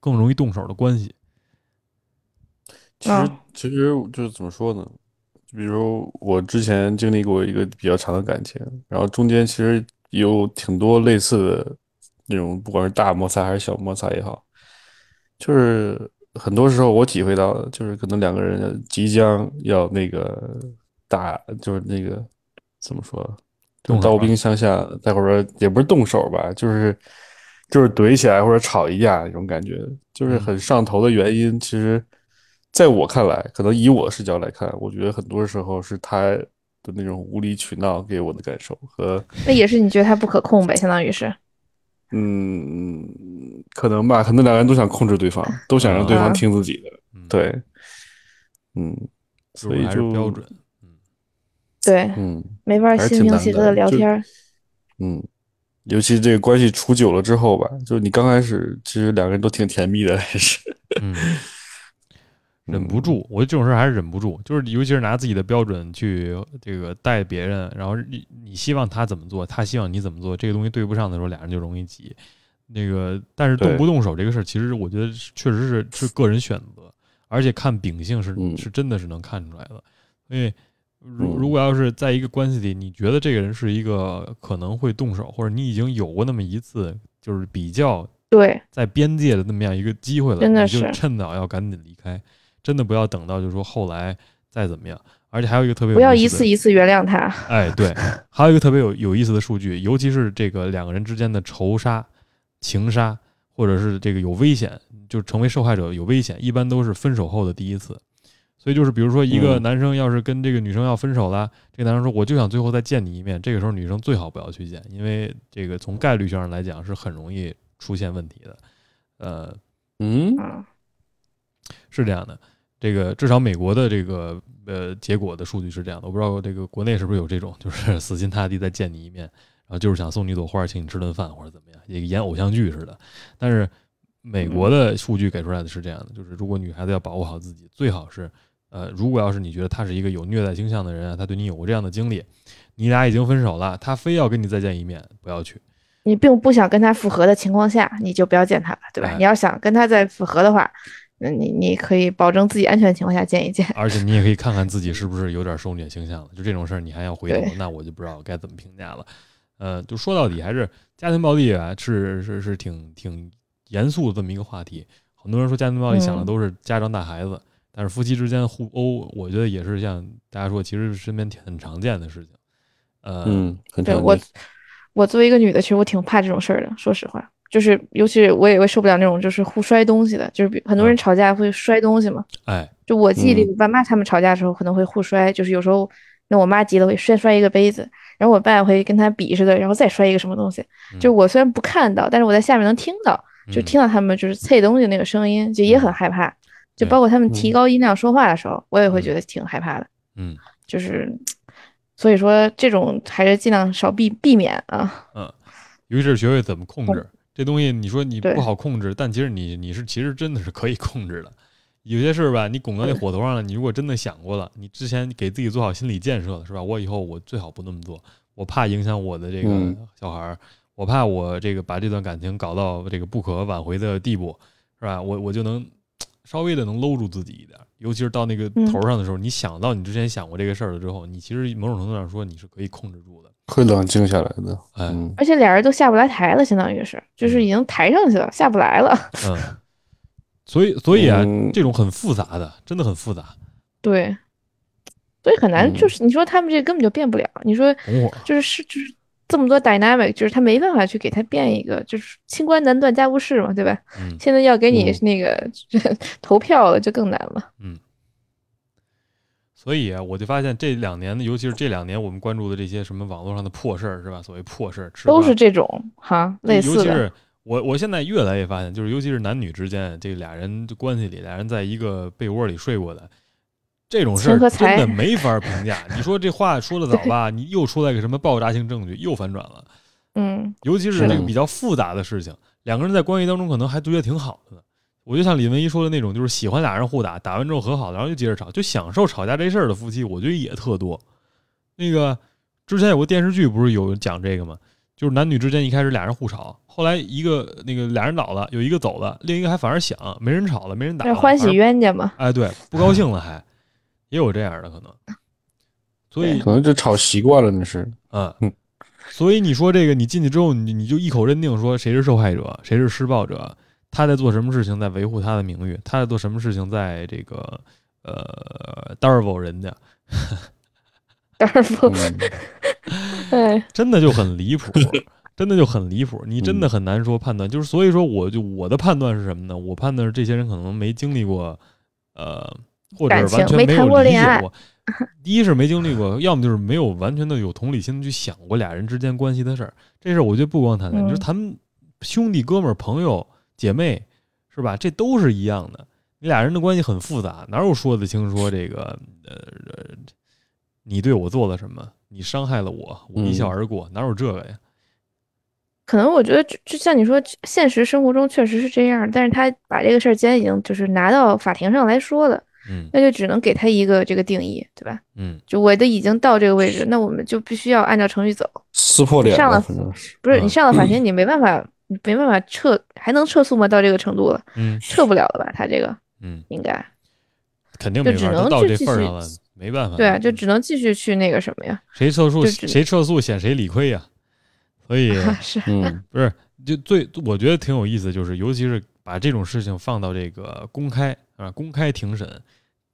更容易动手的关系。其实嗯其实就是怎么说呢？就比如我之前经历过一个比较长的感情，然后中间其实有挺多类似的那种，不管是大摩擦还是小摩擦也好，就是很多时候我体会到的，就是可能两个人即将要那个打，就是那个怎么说，就动手刀了兵相向，再或者也不是动手吧，就是就是怼起来或者吵一架那种感觉，就是很上头的原因，其实在我看来，可能以我视角来看，我觉得很多时候是他的那种无理取闹给我的感受和那也是你觉得他不可控呗，相当于是。嗯，可能吧，可能两个人都想控制对方，都想让对啊方听自己的。嗯，对，嗯，就所是以还是就标准，对，嗯没法还是心挺平难气的和的聊就天儿。嗯，尤其这个关系处久了之后吧，就是你刚开始其实两个人都挺甜蜜的，还是嗯，嗯忍不住，我觉得这种事儿还是忍不住，就是尤其是拿自己的标准去这个带别人，然后你你希望他怎么做，他希望你怎么做，这个东西对不上的时候，俩人就容易急。那个，但是动对不动手这个事儿，其实我觉得是确实是是个人选择，而且看秉性是嗯是真的是能看出来的。所以，如嗯如果要是在一个关系里，你觉得这个人是一个可能会动手，或者你已经有过那么一次就是比较对，在边界的那么样一个机会了，真的你就是趁早要赶紧离开，真的不要等到就是说后来再怎么样。而且还有一个特别有不要意一思的次一次原谅他。 [laughs] 哎，对，还有一个特别有有意思的数据，尤其是这个两个人之间的仇杀、情杀，或者是这个有危险，就成为受害者有危险，一般都是分手后的第一次。所以就是，比如说一个嗯男生要是跟这个女生要分手了，这个男生说我就想最后再见你一面，这个时候女生最好不要去见，因为这个从概率上来讲是很容易出现问题的。呃，嗯嗯，是这样的，这个至少美国的这个呃结果的数据是这样的，我不知道这个国内是不是有这种，就是 [laughs] 死心塌地再见你一面，然后就是想送你一朵花，请你吃顿饭或者怎么样，也演偶像剧似的。但是美国的数据给出来的是这样的，就是如果女孩子要保护好自己，最好是呃，如果要是你觉得他是一个有虐待倾向的人啊，他对你有过这样的经历，你俩已经分手了，他非要跟你再见一面，不要去。你并不想跟他复合的情况下，你就不要见他了，对吧？哎你要想跟他再复合的话，那你你可以保证自己安全情况下见一见。而且你也可以看看自己是不是有点受虐倾向了。就这种事儿，你还要回头对，那我就不知道该怎么评价了。呃，就说到底还是家庭暴力啊，是是是挺挺严肃的这么一个话题。很多人说家庭暴力想的嗯都是家长打孩子，但是夫妻之间互殴，我觉得也是像大家说，其实是身边挺很常见的事情。呃， [laughs] 嗯，很对常我见。，我作为一个女的，其实我挺怕这种事儿的，说实话。就是，尤其是我也会受不了那种就是互摔东西的，就是比很多嗯人吵架会摔东西嘛。哎，就我记忆里，嗯我爸妈他们吵架的时候可能会互摔，就是有时候那我妈急了会先摔一个杯子，然后我爸会跟他比似的，然后再摔一个什么东西。就嗯我虽然不看到，但是我在下面能听到，就嗯听到他们就是啐东西那个声音，就也很嗯害怕。就对包括他们提嗯高音量说话的时候，我也会觉嗯得挺害怕的。嗯就是，所以说这种还是尽量少避避免啊。嗯，尤其是学会怎么控制这东西，你说你对不好控制，但其实你你是其实真的是可以控制的。有些事儿吧，你拱到那火头上了，你如果真的想过了，你之前给自己做好心理建设了，是吧？我以后我最好不那么做，我怕影响我的这个嗯小孩儿，我怕我这个把这段感情搞到这个不可挽回的地步，是吧？我我就能稍微的能搂住自己一点儿，尤其是到那个嗯头儿上的时候，你想到你之前想过这个事儿了之后，你其实某种程度上说你是可以控制住的，会冷静下来的。哎，嗯，而且俩人都下不来台了，相当于是，就是已经抬上去了，下不来了。 [laughs] 嗯，所以所以啊，嗯这种很复杂的，真的很复杂，对，所以很难，就嗯是你说他们这根本就变不了。你说红火，就是是就是这么多 dynamic，就是他没办法去给他变一个，就是清官难断家务事嘛，对吧？嗯现在要给你嗯那个 [laughs] 投票了，就更难了。嗯。所以啊，我就发现这两年，尤其是这两年我们关注的这些什么网络上的破事儿，是吧？所谓破事儿，吃都瓜是这种哈，类尤似其的，是我，我现在越来越发现，就是尤其是男女之间这俩人的关系里，俩人在一个被窝里睡过的这种事情儿，和财真的没法评价。你说这话说的早 [laughs] 吧，你又出来个什么爆炸性证据，又反转了。嗯，尤其是是这的个比较复杂的事情，两个人在关系当中可能还觉得挺好的呢。我就像李文一说的那种，就是喜欢俩人互打，打完之后和好了，然后就接着吵，就享受吵架这事儿的夫妻，我觉得也特多。那个之前有个电视剧不是有讲这个吗？就是男女之间一开始俩人互吵，后来一个那个俩人老了，有一个走了，另一个还反而想没人吵了，没人打那了，反欢喜而冤家嘛，哎对，不高兴了还也有这样的可能。所以可能就吵习惯了，那 [laughs] 是。嗯嗯，所以你说这个，你进去之后，你你就一口认定说谁是受害者，谁是施暴者，他在做什么事情在维护他的名誉，他在做什么事情在这个呃 d a r v 人家，当然不，嗯，哎，真的就很离谱，真的就很离谱，你真的很难说判断。就是所以说，我就我的判断是什么呢？我判断是这些人可能没经历过呃或感者是完情全没没谈过有理恋解爱过。一是没经历过，要么就是没有完全的有同理心去想过俩人之间关系的事儿。这事儿我觉得不光谈恋爱，嗯你说他们兄弟、哥们儿、朋友、姐妹，是吧？这都是一样的。你俩人的关系很复杂，哪有说得清说这个呃呃，你对我做了什么，你伤害了我，我一笑嗯而过，哪有这个呀？可能我觉得就就像你说，现实生活中确实是这样，但是他把这个事儿既然已经就是拿到法庭上来说了，嗯那就只能给他一个这个定义，对吧？嗯，就我的已经到这个位置，那我们就必须要按照程序走。 [laughs] 撕破脸上了，了反正是不是你嗯上了法庭，你没办法，你没办法撤，还能撤诉吗？到这个程度了，嗯撤不了了吧？他这个嗯，应该肯定就没只法儿，能都到去这继份儿续上了，没办法。对啊，就只能继续去那个什么呀？谁撤诉就只谁撤诉显谁理亏呀、所 [laughs] 以是， [laughs] 嗯不是就最我觉得挺有意思，就是尤其是把这种事情放到这个公开啊公开庭审，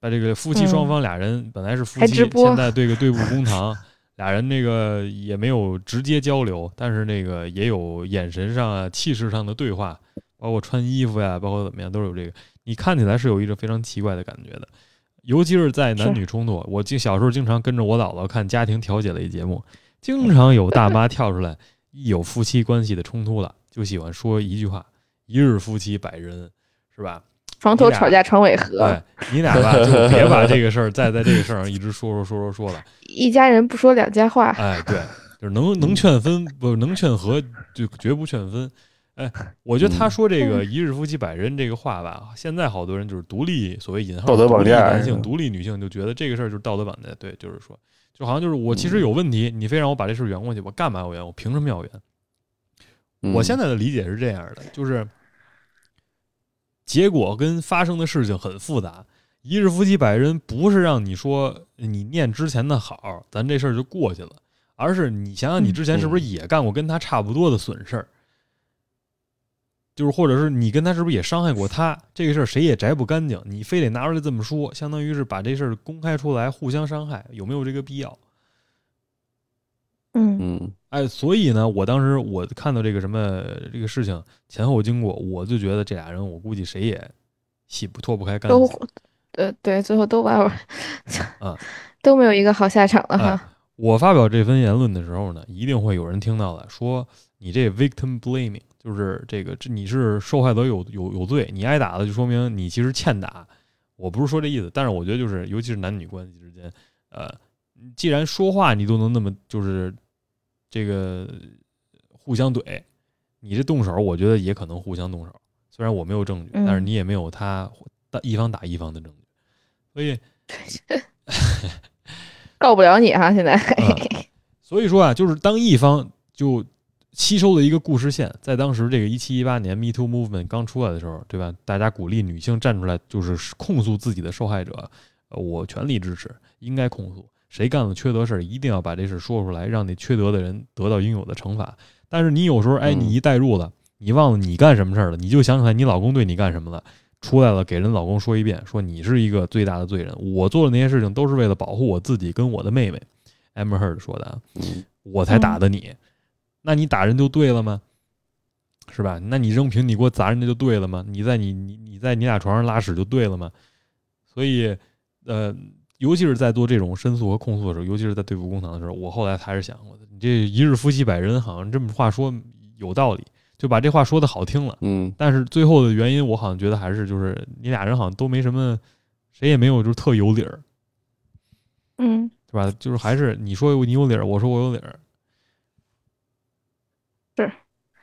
把这个夫妻双嗯方俩人本来是夫还妻，直播现在对个对簿公堂，俩人那个也没有直接交流，但是那个也有眼神上啊气势上的对话，包括穿衣服呀，包括怎么样都是有这个，你看起来是有一种非常奇怪的感觉的。尤其是在男是女冲突，我经小时候经常跟着我姥姥看家庭调解类节目，嗯经常有大妈跳出来，一有夫妻关系的冲突了，就喜欢说一句话：“一日夫妻百日恩”，是吧？床你头俩吵架床尾和，对你俩吧，就别把这个事儿再在这个事儿上一直说说说说说了。一家人不说两家话，哎，对， [laughs] 就是能嗯能劝分不能劝和，就绝不劝分。哎，我觉嗯得他说这个“一日夫妻百日恩”这个话吧，现在好多人就是独立所谓引号道德绑架独立男是性吧独立女性就觉得这个事儿就是道德绑架，对，就是说，就好像就是我其嗯实有问题，你非让我把这事儿圆过去，我干嘛要圆？我凭什么要圆？嗯，我现在的理解是这样的，就是结果跟发生的事情很复杂。一日夫妻百日恩不是让你说你念之前的好，咱这事儿就过去了，而是你想想你之前是不是也干过跟他差不多的损事儿，就是或者是你跟他是不是也伤害过他，这个事儿谁也摘不干净，你非得拿出来这么说，相当于是把这事儿公开出来，互相伤害，有没有这个必要？嗯嗯哎，所以呢，我当时我看到这个什么这个事情前后经过，我就觉得这俩人，我估计谁也洗不脱不开干都系。呃对，最后都把我啊， [laughs] 都没有一个好下场了哎哈。我发表这番言论的时候呢，一定会有人听到的，说你这 victim blaming 就是这个，这你是受害者有有有罪，你挨打了就说明你其实欠打。我不是说这意思，但是我觉得就是，尤其是男女关系之间，呃，既然说话你都能那么就是这个互相怼，你这动手，我觉得也可能互相动手。虽然我没有证据，嗯但是你也没有他打一方打一方的证据，所以哎 [laughs] 告不了你哈，现在。嗯 [laughs] 所以说啊，就是当一方就吸收了一个故事线，在当时这个一七一八年 Me Too Movement 刚出来的时候，对吧？大家鼓励女性站出来，就是控诉自己的受害者，呃我全力支持，应该控诉。谁干了缺德事儿，一定要把这事说出来，让那缺德的人得到应有的惩罚。但是你有时候，哎，嗯你一代入了，你忘了你干什么事儿了，你就想起来你老公对你干什么了。出来了，给人老公说一遍，说你是一个最大的罪人，我做的那些事情都是为了保护我自己跟我的妹妹。Amber Heard 说的啊，嗯我才打的你，那你打人就对了吗？是吧？那你扔瓶你给我砸人家就对了吗？你在你你你在你俩床上拉屎就对了吗？所以，呃，尤其是在做这种申诉和控诉的时候，尤其是在对簿公堂的时候，我后来还是想，我你这一日夫妻百日恩，好像这么话说有道理，就把这话说的好听了。嗯但是最后的原因，我好像觉得还是就是你俩人好像都没什么，谁也没有就是特有理儿， [laughs] 嗯，对吧？就是还是你说你有理儿，我说我有理儿，是，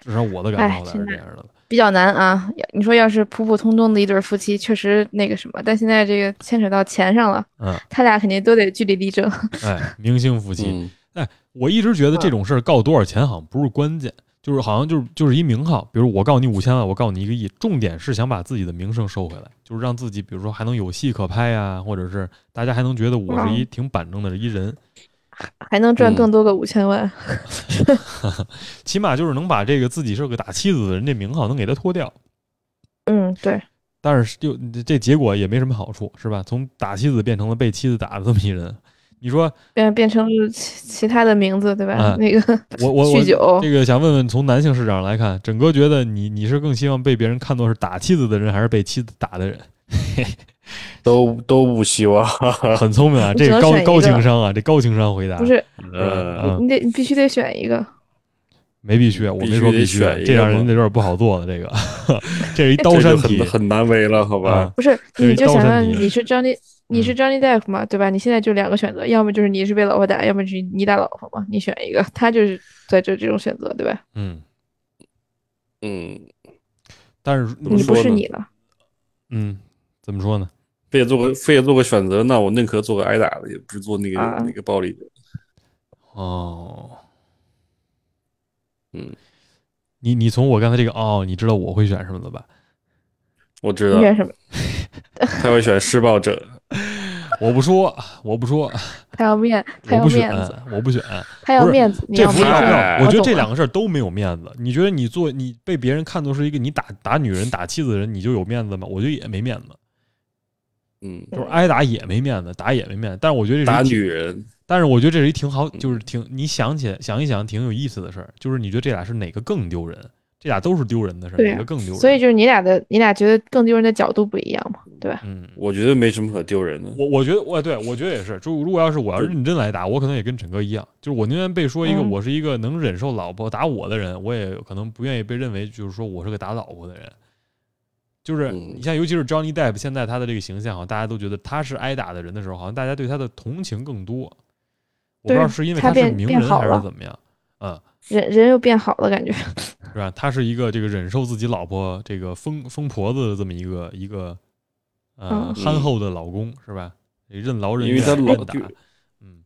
至少我的感受哎后来是现这在样的。比较难啊。要你说要是普普通通的一对儿夫妻，确实那个什么，但现在这个牵扯到钱上了，嗯，他俩肯定都得据理力争。 [laughs] 哎，明星夫妻，嗯我一直觉得这种事儿告多少钱好像不是关键，就是好像就是就是一名号，比如我告你五千万，我告你一个亿，重点是想把自己的名声收回来，就是让自己比如说还能有戏可拍呀、或者是大家还能觉得我是一挺板正的一人，还能赚嗯更多个五千万。起码就是能把这个自己是个打妻子的人这名号能给他脱掉。嗯，对，但是就这这结果也没什么好处，是吧？从打妻子变成了被妻子打的这么一人， [laughs] 你说变变成了其其他的名字，对吧？嗯 [laughs] 那个我我我酗酒这，个想问问，从男性视角上来看， [laughs] 整个觉得你你是更希望被别人看作是打妻子的人，还是被妻子打的人？都都不希 [laughs] 望。很聪明啊，这个只能高选一个高情商啊，这高情商回答不是，呃，嗯你得你必须得选一个。没必须，我没必须说得必须，啊选一个这让人嘛有点不好做了。这个 [laughs] 这是一这刀就山很题，很难为了，好吧啊？不是，就是你就刀想山让你你是 Johnny，你嗯是 Johnny Depp 嘛，对吧？你现在就两个选择，要么就是你是被老婆打，要么是你打老婆嘛，你选一个。他就是在这这种选择，对吧？嗯，嗯，但是怎么你不说是呢你了，嗯，怎么说呢？非得做个非得做个选择，那我宁可做个挨打的，也不做那个啊那个暴力的。哦，嗯，你你从我刚才这个哦，你知道我会选什么了吧？我啊知你道选什么？他会选施暴者，我不说，我不 [laughs] 说，他要面，他我要不选面子，，我不选。他要不是面子，你这要不面是面子哎重要，我我觉得懂这了两个事儿都没有面子。你觉得你做你被别人看作是一个你打打女人、打妻子的人，你就有面子吗？我觉得也没面子，嗯，就是挨打也没面子，打也没面子。但是我觉得这是一打挺女嗯人，但是我觉得这是一挺好，就是挺你想起来想一想，挺有意思的事儿。就是你觉得这俩是哪个更丢人？这俩都是丢人的事儿，对哪啊个更丢人？所以就是你俩的，你俩觉得更丢人的角度不一样嘛，对吧？嗯，我觉得没什么可丢嗯人的。我我觉得我对我觉得也是，就如果要是我要认真来打，我可能也跟陈哥一样，就是我宁愿被说一个嗯我是一个能忍受老婆打我的人，我也可能不愿意被认为就是说我是个打老婆的人。就是嗯你像尤其是 Johnny Depp 现在他的这个形象，好像大家都觉得他是挨打的人的时候，好像大家对他的同情更多。我不知道对是因为他他是变名变人好还是了怎么样，嗯，人人又变好了，感觉。 [laughs] 是吧？他是一个这个忍受自己老婆这个疯疯婆子的这么一个一个呃嗯憨厚的老公，是吧？任劳任因为怨，他老任打就，嗯，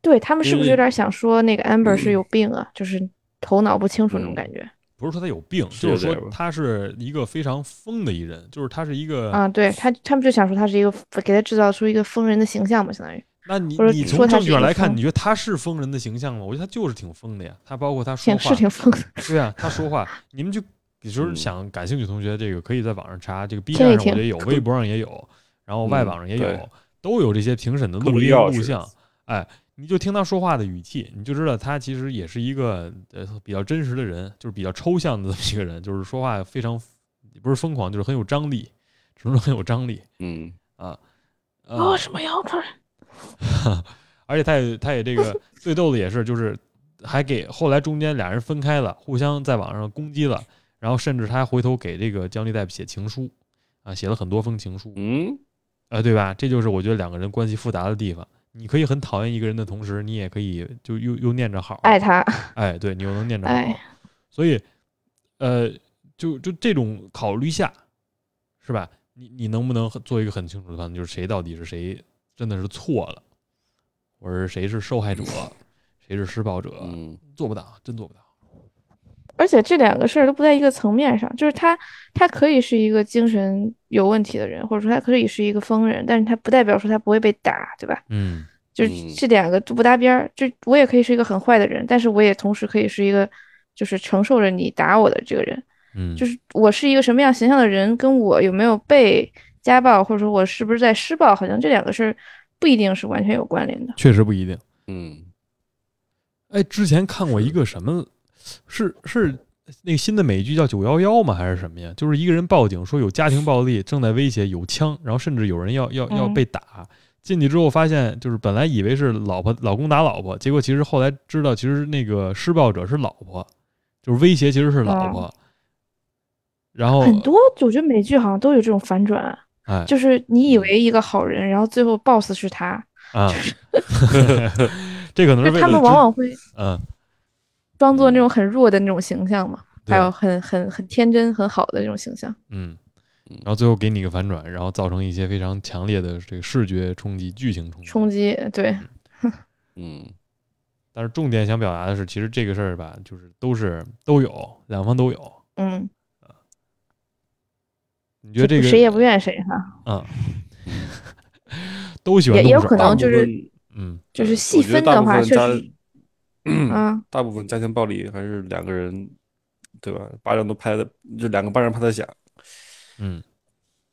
对他们是不因是为有点想说那个 Amber 是有病啊？就是头脑不清楚那嗯种感觉不是说他有病，是就是有说点吧他是一个非常疯的一人，就是他是一个。啊？对他，他们就想说他是一个给他制造出一个疯人的形象嘛，相当于那你或者你说从他证是据上一个来看，疯你觉得他是疯人的形象吗？我觉得他就是挺疯的呀。他包括他说挺话是，挺疯的。 [laughs] 对啊，[laughs] 他说话，你们就有时候嗯想感兴趣的同学，这个可以在网上查，这个 B 听站一上我觉听得有，微博上也有，然嗯后外网上也有对，都有这些评审的各种录音钥匙录像。哎，你就听他说话的语气，你就知道他其实也是一个呃比较真实的人，就是比较抽象的这么一个人，就是说话非常不是疯狂，就是很有张力，只能说很有张力嗯，啊。呃为哦什么要喷？而且他也他也这个最逗的也是，就是还给后来中间俩人分开了，互相在网上攻击了，然后甚至他还回头给这个江丽代写情书啊，写了很多封情书，嗯，呃，对吧？这就是我觉得两个人关系复杂的地方。你可以很讨厌一个人的同时，你也可以就又又念着好，爱他， [laughs] 哎，对你又能念着好哎，所以，呃，就就这种考虑下，是吧？你你能不能很做一个很清楚的判断，就是谁到底是谁真的是错了，或者是谁是受害者，谁是施暴者？嗯，做不到，真做不到。而且这两个事儿都不在一个层面上，就是他，他可以是一个精神有问题的人，或者说他可以是一个疯人，但是他不代表说他不会被打，对吧？嗯，就是嗯这两个都不搭边儿。就我也可以是一个很坏的人，但是我也同时可以是一个，就是承受着你打我的这个人。嗯，就是我是一个什么样形象的人，跟我有没有被家暴，或者说我是不是在施暴，好像这两个事儿不一定是完全有关联的。确实不一定。嗯，哎，之前看过一个什么，是是那个新的美剧叫《九幺幺》吗？还是什么呀？就是一个人报警说有家庭暴力，正在威胁，有枪，然后甚至有人要要要嗯被打。进去之后发现，就是本来以为是老婆老公打老婆，结果其实后来知道，其实那个施暴者是老婆，就是威胁其实是老婆。然后哦很多我觉得美剧好像都有这种反转，啊哎就是你以为一个好人，然后最后 boss 是他，啊， [laughs] 这可能就是为他了们往往会嗯装作那种很弱的那种形象嘛，对还有很很很天真很好的那种形象。嗯，然后最后给你一个反转，然后造成一些非常强烈的这个视觉冲击、剧情冲击。冲击，对，嗯，但是重点想表达的是，其实这个事儿吧，就是都是都有，两方都有。嗯，你觉得这个谁也不怨谁哈，啊、都喜欢也也有动手可能大部就是分嗯就是对细我觉得分大的部话，分确家 [clears throat] 实，嗯，大部分家庭暴力还是两个人，对吧？巴掌都拍的，就两个巴掌拍的响，嗯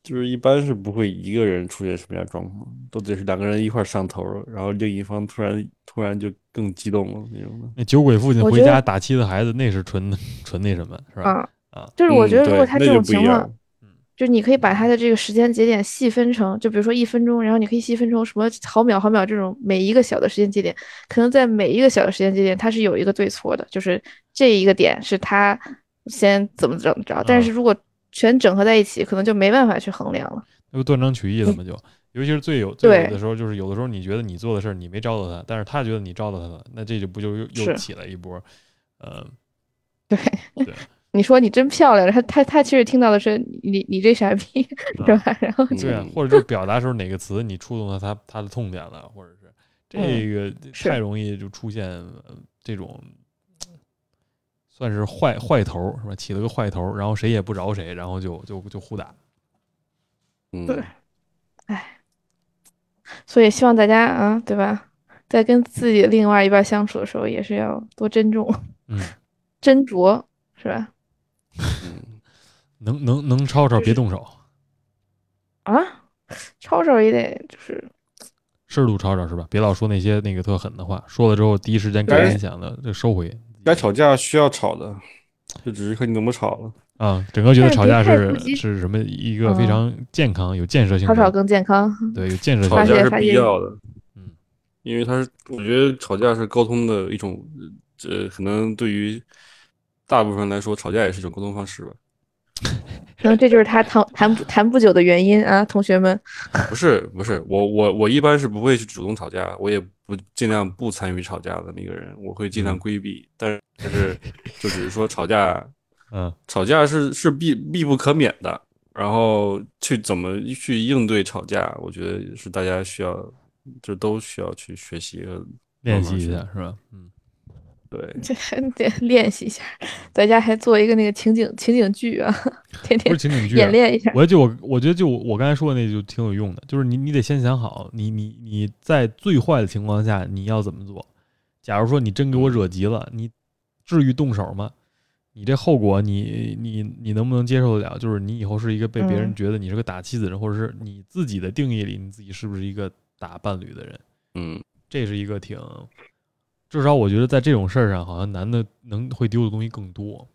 就是一般是不会一个人出现什么样的状况，都得是两个人一块儿上头儿，然后另一方突然突然就更激动了那种的。那酒鬼父亲我回觉得家打妻子孩子，那是纯纯那什么是吧？啊啊，就是我嗯觉得如对果他那这就种不一情况样，就你可以把它的这个时间节点细分成，就比如说一分钟，然后你可以细分成什么毫秒、毫秒这种每一个小的时间节点，可能在每一个小的时间节点，它是有一个对错的，就是这一个点是它先怎么怎么着，嗯但是如果全整合在一起，可能就没办法去衡量了。那不断章取义了吗？嗯就尤其是最有最有的时候，就是有的时候你觉得你做的事儿你没照到他，但是他觉得你照到他了，那这就不就又又是起来一波，呃，对，对，你说你真漂亮，他他他其实听到的是你你你这傻逼 [laughs] 是吧？然后 [laughs] 对啊嗯，或者就是表达时候哪个词你触动了他 [laughs] 他的痛点了，或者是这个是太容易就出现呃这种，算是坏坏头儿是吧？起了个坏头儿，然后谁也不饶谁，然后就就就互打。嗯，对所以希望大家啊，对吧，在跟自己的另外一半相处的时候，也是要多珍重、嗯， [laughs] 斟酌，是吧？嗯能能能吵吵别动手，啊，抄手也得就是适度吵吵是吧？别老说那些那个特狠的话，说了之后第一时间给哎人想的就收回该吵架需要吵的，就只是看你怎么吵了。啊。整个觉得但是吵别架太是不积是什么一个非嗯常健康、有建设性吵吵的，更健康。对，有建设吵架性的现是发必现要的，嗯，因为它是，我觉得吵架是沟通的一种，呃，可能对于大部分人来说，吵架也是一种沟通方式吧。可能这就是他谈谈不谈不久的原因啊，同学们。不是不是，我我我一般是不会去主动吵架，我也不尽量不参与吵架的那个人，我会尽量嗯规避。但是但是就只是说吵架，嗯吵架是是必必不可免的。然后去怎么去应对吵架，我觉得是大家需要，这都需要去学习和练慢慢习一学下是吧？嗯，对。这得练习一下，在家还做一个那个情景情景剧啊，天不天是情景剧、啊演。练一 [laughs] 下。我就我我觉得就我刚才说的那就挺有用的，就是你你得先想好，你你你在最坏的情况下你要怎么做。假如说你真给我惹急了，你至于动手吗？你这后果你你你能不能接受得了？就是你以后是一个被别人嗯觉得你是个打妻子的人，或者是你自己的定义里你自己是不是一个打伴侣的人？嗯，这是一个挺，至少我觉得在这种事儿上，好像男的能会丢的东西更多，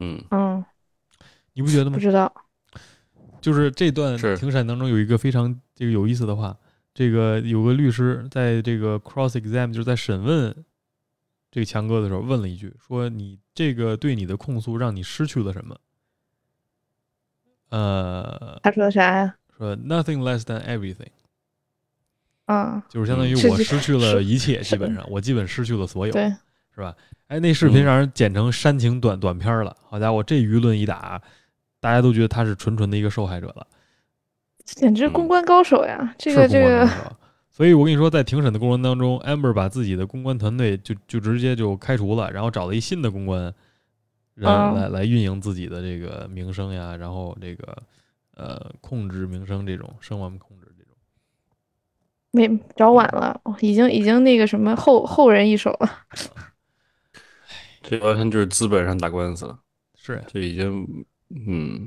嗯，嗯，你不觉得吗不？知道。就是这段是庭审当中有一个非常这个有意思的话，这个有个律师在这个 cross exam 就是在审问这个强哥的时候问了一句，说你这个对你的控诉让你失去了什么？呃，他说的啥呀？说 nothing less than everything，嗯，就是相当于嗯我是失去了是一切，基是 [laughs] 本上我基本失去了所有，对，是吧？哎，那视频嗯让人剪成煽情短短片儿了，好家伙，这舆论一打，大家都觉得他是纯纯的一个受害者了。简直公关高手呀！这嗯是个公这关个高，手所以我跟你说，在庭审的过程当中，Amber 把自己的公关团队就就直接就开除了，然后找了一新的公关，然啊后来、来运营自己的这个名声呀，然后这个呃控制名声这种声望控制这种。没找晚了，哦已经已经那个什么后后人一手了。啊这完全就是资本上打官司了，是呀，这已经，嗯，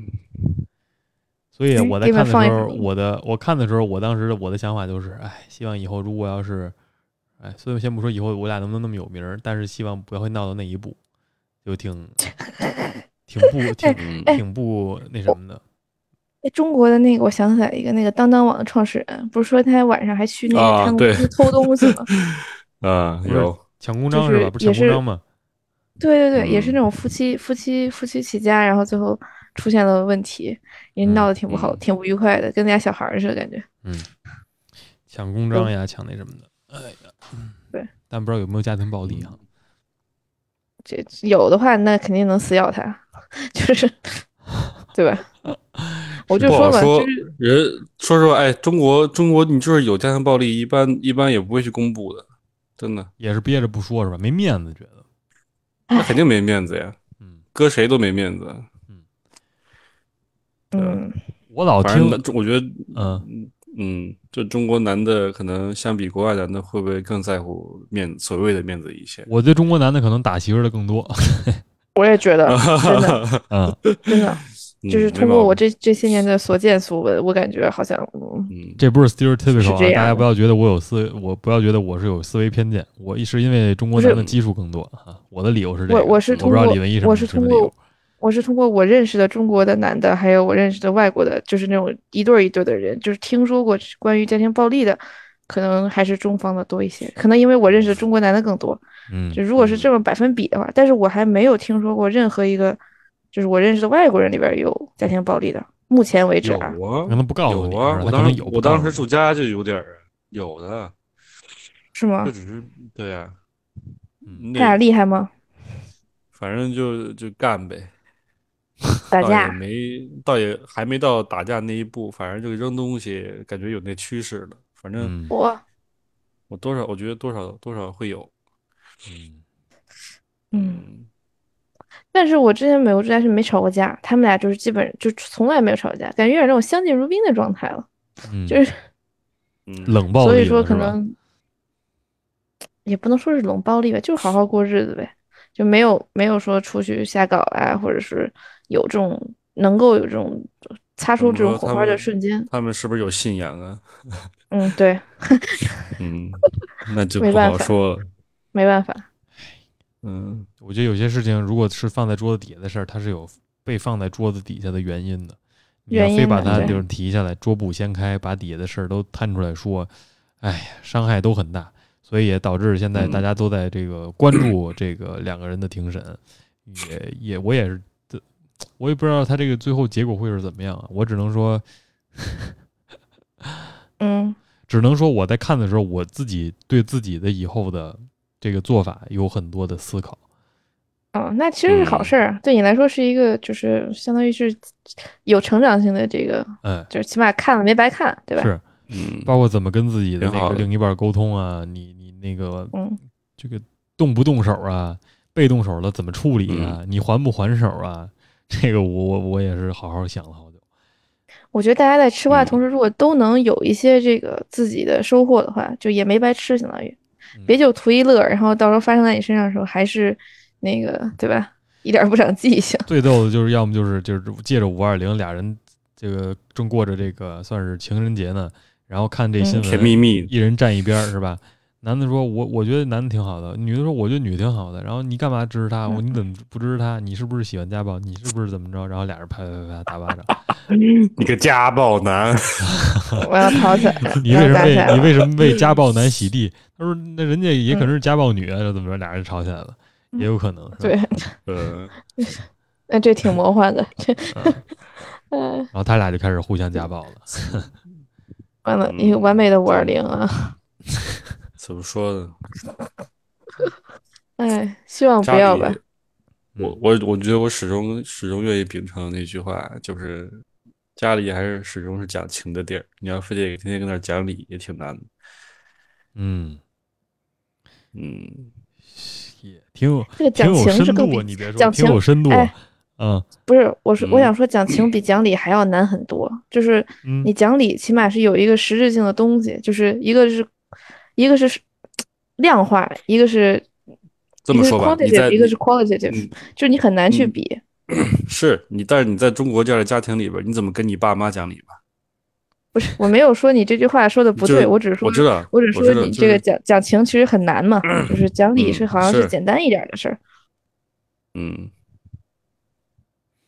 所以嗯我在给你看的们放一时候，首我的我看的时候，我当时的我的想法就是，哎，希望以后如果要是，哎，所以先不说以后我俩能不能那么有名儿，但是希望不要会闹到那一步，就 [laughs] 挺挺不挺嗯挺不那什么的。哎中国的那个，我想起来一个，那个当当网的创始人，不是说他晚上还去那啊个他们对公司偷 [laughs] 东西吗？啊，不是有，抢公就章是吧？是不是抢也公是章吗？对对对，也是嗯那种夫妻夫妻夫妻起家，然后最后出现了问题，也嗯闹得挺不好，嗯挺不愉快的，跟人家小孩儿似的感觉。抢公章呀，抢那什么的。哎呀，嗯嗯对，但不知道有没有家庭暴力啊嗯哈。这有的话，那肯定能死咬他， [laughs] 就是，对吧？我就不好吧，说就是。人说实话，哎，中国中国，你就是有家庭暴力，一般一般也不会去公布的，真的，也是憋着不说是吧？没面子，觉得。那肯定没面子呀，嗯，搁谁都没面子。嗯，我老反正听男，我觉得，嗯，嗯，就中国男的可能相比国外男的，会不会更在乎面所谓的面子一些？我对中国男的可能打媳妇儿的更多。 [laughs] 我也觉得，真的，嗯，[laughs] 真的，嗯就是没通过毛我病这这些年的所见所闻，我感觉好像，嗯，嗯这不是 stereotypical，、是这啊、样大家的不要觉得我有思，我不要觉得我是有思维偏见，我是因为中国不是男的基数更多啊。我的理由是这个，我我是我不通知道过李文一什我么是什么理通由过。我是通过我认识的中国的男的，还有我认识的外国的，就是那种一对儿一对儿的人，就是听说过关于家庭暴力的，可能还是中方的多一些。可能因为我认识的中国男的更多，嗯就如果是这么百分比的话，但是我还没有听说过任何一个，就是我认识的外国人里边有家庭暴力的。目前为止有啊，让他啊，不告诉你，有啊，是吧我他可当能时有，我当时暑假就有点儿啊，有的，是吗这？只是对呀，嗯啊那俩那厉害吗？反正就就干呗，打倒也架？没，倒也还没到打架那一步，反正就扔东西，感觉有那趋势了，反正。嗯我我多少，我觉得多少多少会有，嗯嗯。嗯，但是我之前美国之家是没吵过架，他们俩就是基本就从来没有吵过架，感觉有点那种相敬如宾的状态了，嗯，就是嗯冷暴力了，所以说可是吧能也不能说是冷暴力吧，就是好好过日子呗，就没有没有说出去瞎搞啊，或者是有这种能够有这种擦怎出么这种说火他花的们瞬间，他们是不是有信仰啊？ [laughs] 嗯，对，嗯，那就没不办好法说了。没办法，嗯，我觉得有些事情如果是放在桌子底下的事儿，它是有被放在桌子底下的原因的。你要原非因把的它对就是提下来，桌布掀开，把底下的事儿都摊出来说，哎呀，伤害都很大，所以也导致现在大嗯家都在这个关注这个两个人的庭审，也也我也是，这我也不知道他这个最后结果会是怎么样啊。我只能说，嗯只能说我在看的时候，我自己对自己的以后的这个做法有很多的思考。哦，那其实是好嗯事儿啊，对你来说是一个就是相当于是有成长性的这个，哎，就是起码看了没白看，对吧？是嗯，包括怎么跟自己的挺那好个的另一半沟通啊，你你那个嗯。这个动不动手啊，被动手了怎么处理嗯啊，你还不还手啊？ [laughs] 这个我我我也是好好想了好久。我觉得大家在吃瓜的嗯同时，如果都能有一些这个自己的收获的话，就也没白吃，相当于嗯别就图一乐，然后到时候发生在你身上的时候，还是那个对吧？一点儿不长 [laughs] 记性。最逗的就是，要么就是就是借着五二零，俩人这个正过着这个算是情人节呢，然后看这嗯新甜闻，蜜蜜的，一人站一边儿是吧？男的说：“我我觉得男的挺好的。”女的说：“我觉得女挺好的。”然后你干嘛支持嗯他？我你怎么不支持他？你是不是喜欢家暴？你是不是怎么着？然后俩人啪啪啪啪打巴掌。你个家暴男，我要跑起来了，你我为什么要嗯打起来为你了。为什么为家暴男洗地？他说那人家也可能是家暴女啊，这怎么着？俩人吵起来了，也有可能是吧。对， [laughs] 嗯， [laughs] 那这挺魔幻的，这嗯，嗯，然后他俩就开始互相家 [laughs] 暴了。完了，嗯一个完美的五二零啊！怎么说呢？哎，希望家不要里吧。我我我觉得我始终始终愿意秉承那句话，就是家里还是始终是讲情的地儿。你要非得天天跟那儿讲理，也挺难的。嗯，嗯， [coughs] 也挺有这个挺讲有情深是更度啊，比你别说讲挺情有深度啊哎。嗯不是，我说我嗯想说，讲情比讲理还要难很多。就是嗯你讲理，起码是有一个实质性的东西，就是一个是，一个是量化，一个是，这一么个是说吧你 quantitative，在一个是你 qualitative，嗯就是你很难去嗯比。是你，但是你在中国这样的家庭里边，你怎么跟你爸妈讲理吧？不是，我没有说你这句话说的不就是对，我只是说我，知道，我只是我知说道，你就这个是讲讲情其实很 [clears throat] 难嘛，就是讲理是嗯好像是是简单一点儿的事儿，嗯，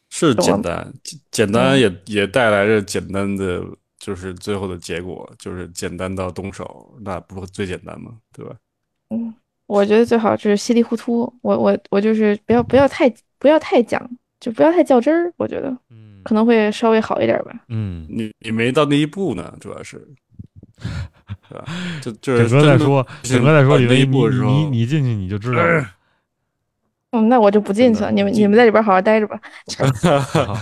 是懂简了单，简简单嗯也也带来着简单的，就是最后的结果，就是简单到动手，那不最简单吗？对吧？嗯，我觉得最好就是稀里糊涂，我我我就是不要不要太不要太讲，就不要太较真儿，我觉得。嗯可能会稍微好一点儿吧。嗯，你你没到那一步呢，主要是，对吧？就就是整哥在真的说，是整哥在说，到李那一维，你步的你时你候，你进去你就知 [laughs] 道了。嗯，那我就不进去了，真的你们你你们在里边好好待着吧。好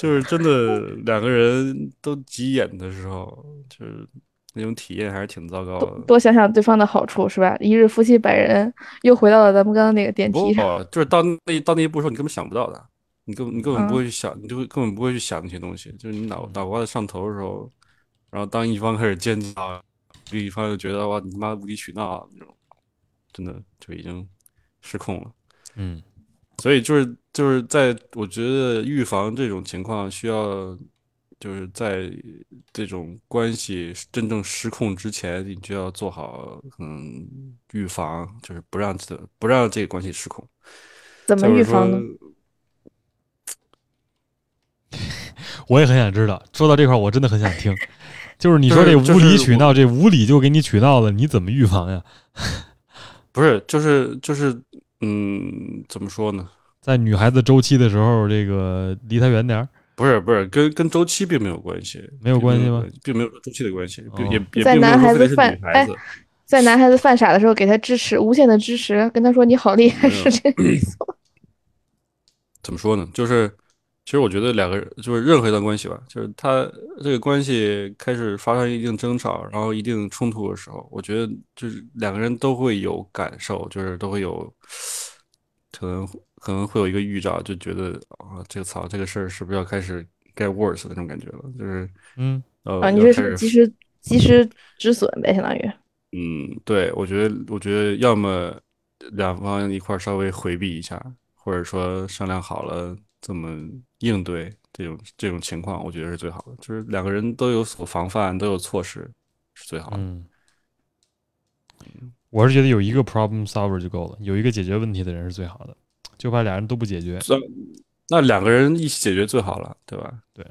就是真的两个人都急眼的时候，就是那种体验还是挺糟糕的。多想想对方的好处是吧？一日夫妻百日，又回到了咱们刚刚那个电不梯上。，就是到那到那一步的时候，你根本想不到的，你根本你根本不嗯会去想，你就会根本不会去想那些东西。就是你脑嗯脑瓜子上头的时候，然后当一方开始尖叫，另一方就觉得哇，你他妈无理取闹啊那种，真的就已经失控了。嗯所以就是就是在我觉得预防这种情况需要，就是在这种关系真正失控之前，你就要做好嗯预防，就是不让这不让这个关系失控。怎再么预者说防呢？我也很想知道。说到这块儿，我真的很想听，就是你说这就是无就是理我取闹，这无理就给你取闹了，你怎么预防呀？不是，就是就是，嗯，怎么说呢？在女孩子周期的时候，这个离她远点儿。不是不是，跟跟周期并没有关系，没有并关系吗？并没有周期的关系，并哦也也在并没男有孩说非得子是犯哎女孩子。在男孩子犯傻的时候，给他支持，无限的支持，跟他说你好厉害，没有是这个意思吗？怎么说呢？就是其实我觉得两个人就是任何一段关系吧，就是他这个关系开始发生一定争吵，然后一定冲突的时候，我觉得就是两个人都会有感受，就是都会有可能可能会有一个预兆，就觉得啊，这个操，这个事儿是不是要开始 get worse 那种感觉了？就是嗯，呃，啊，你要这开是始及时及时止损呗，相当于。嗯，对，我觉得，我觉得要么两方一块儿稍微回避一下，或者说商量好了怎么应对这种这种情况，我觉得是最好的。就是两个人都有所防范，都有措施，是最好的。嗯，我是觉得有一个 problem solver 就够了，有一个解决问题的人是最好的，就怕俩人都不解决。这那两个人一起解决最好了，对吧？对，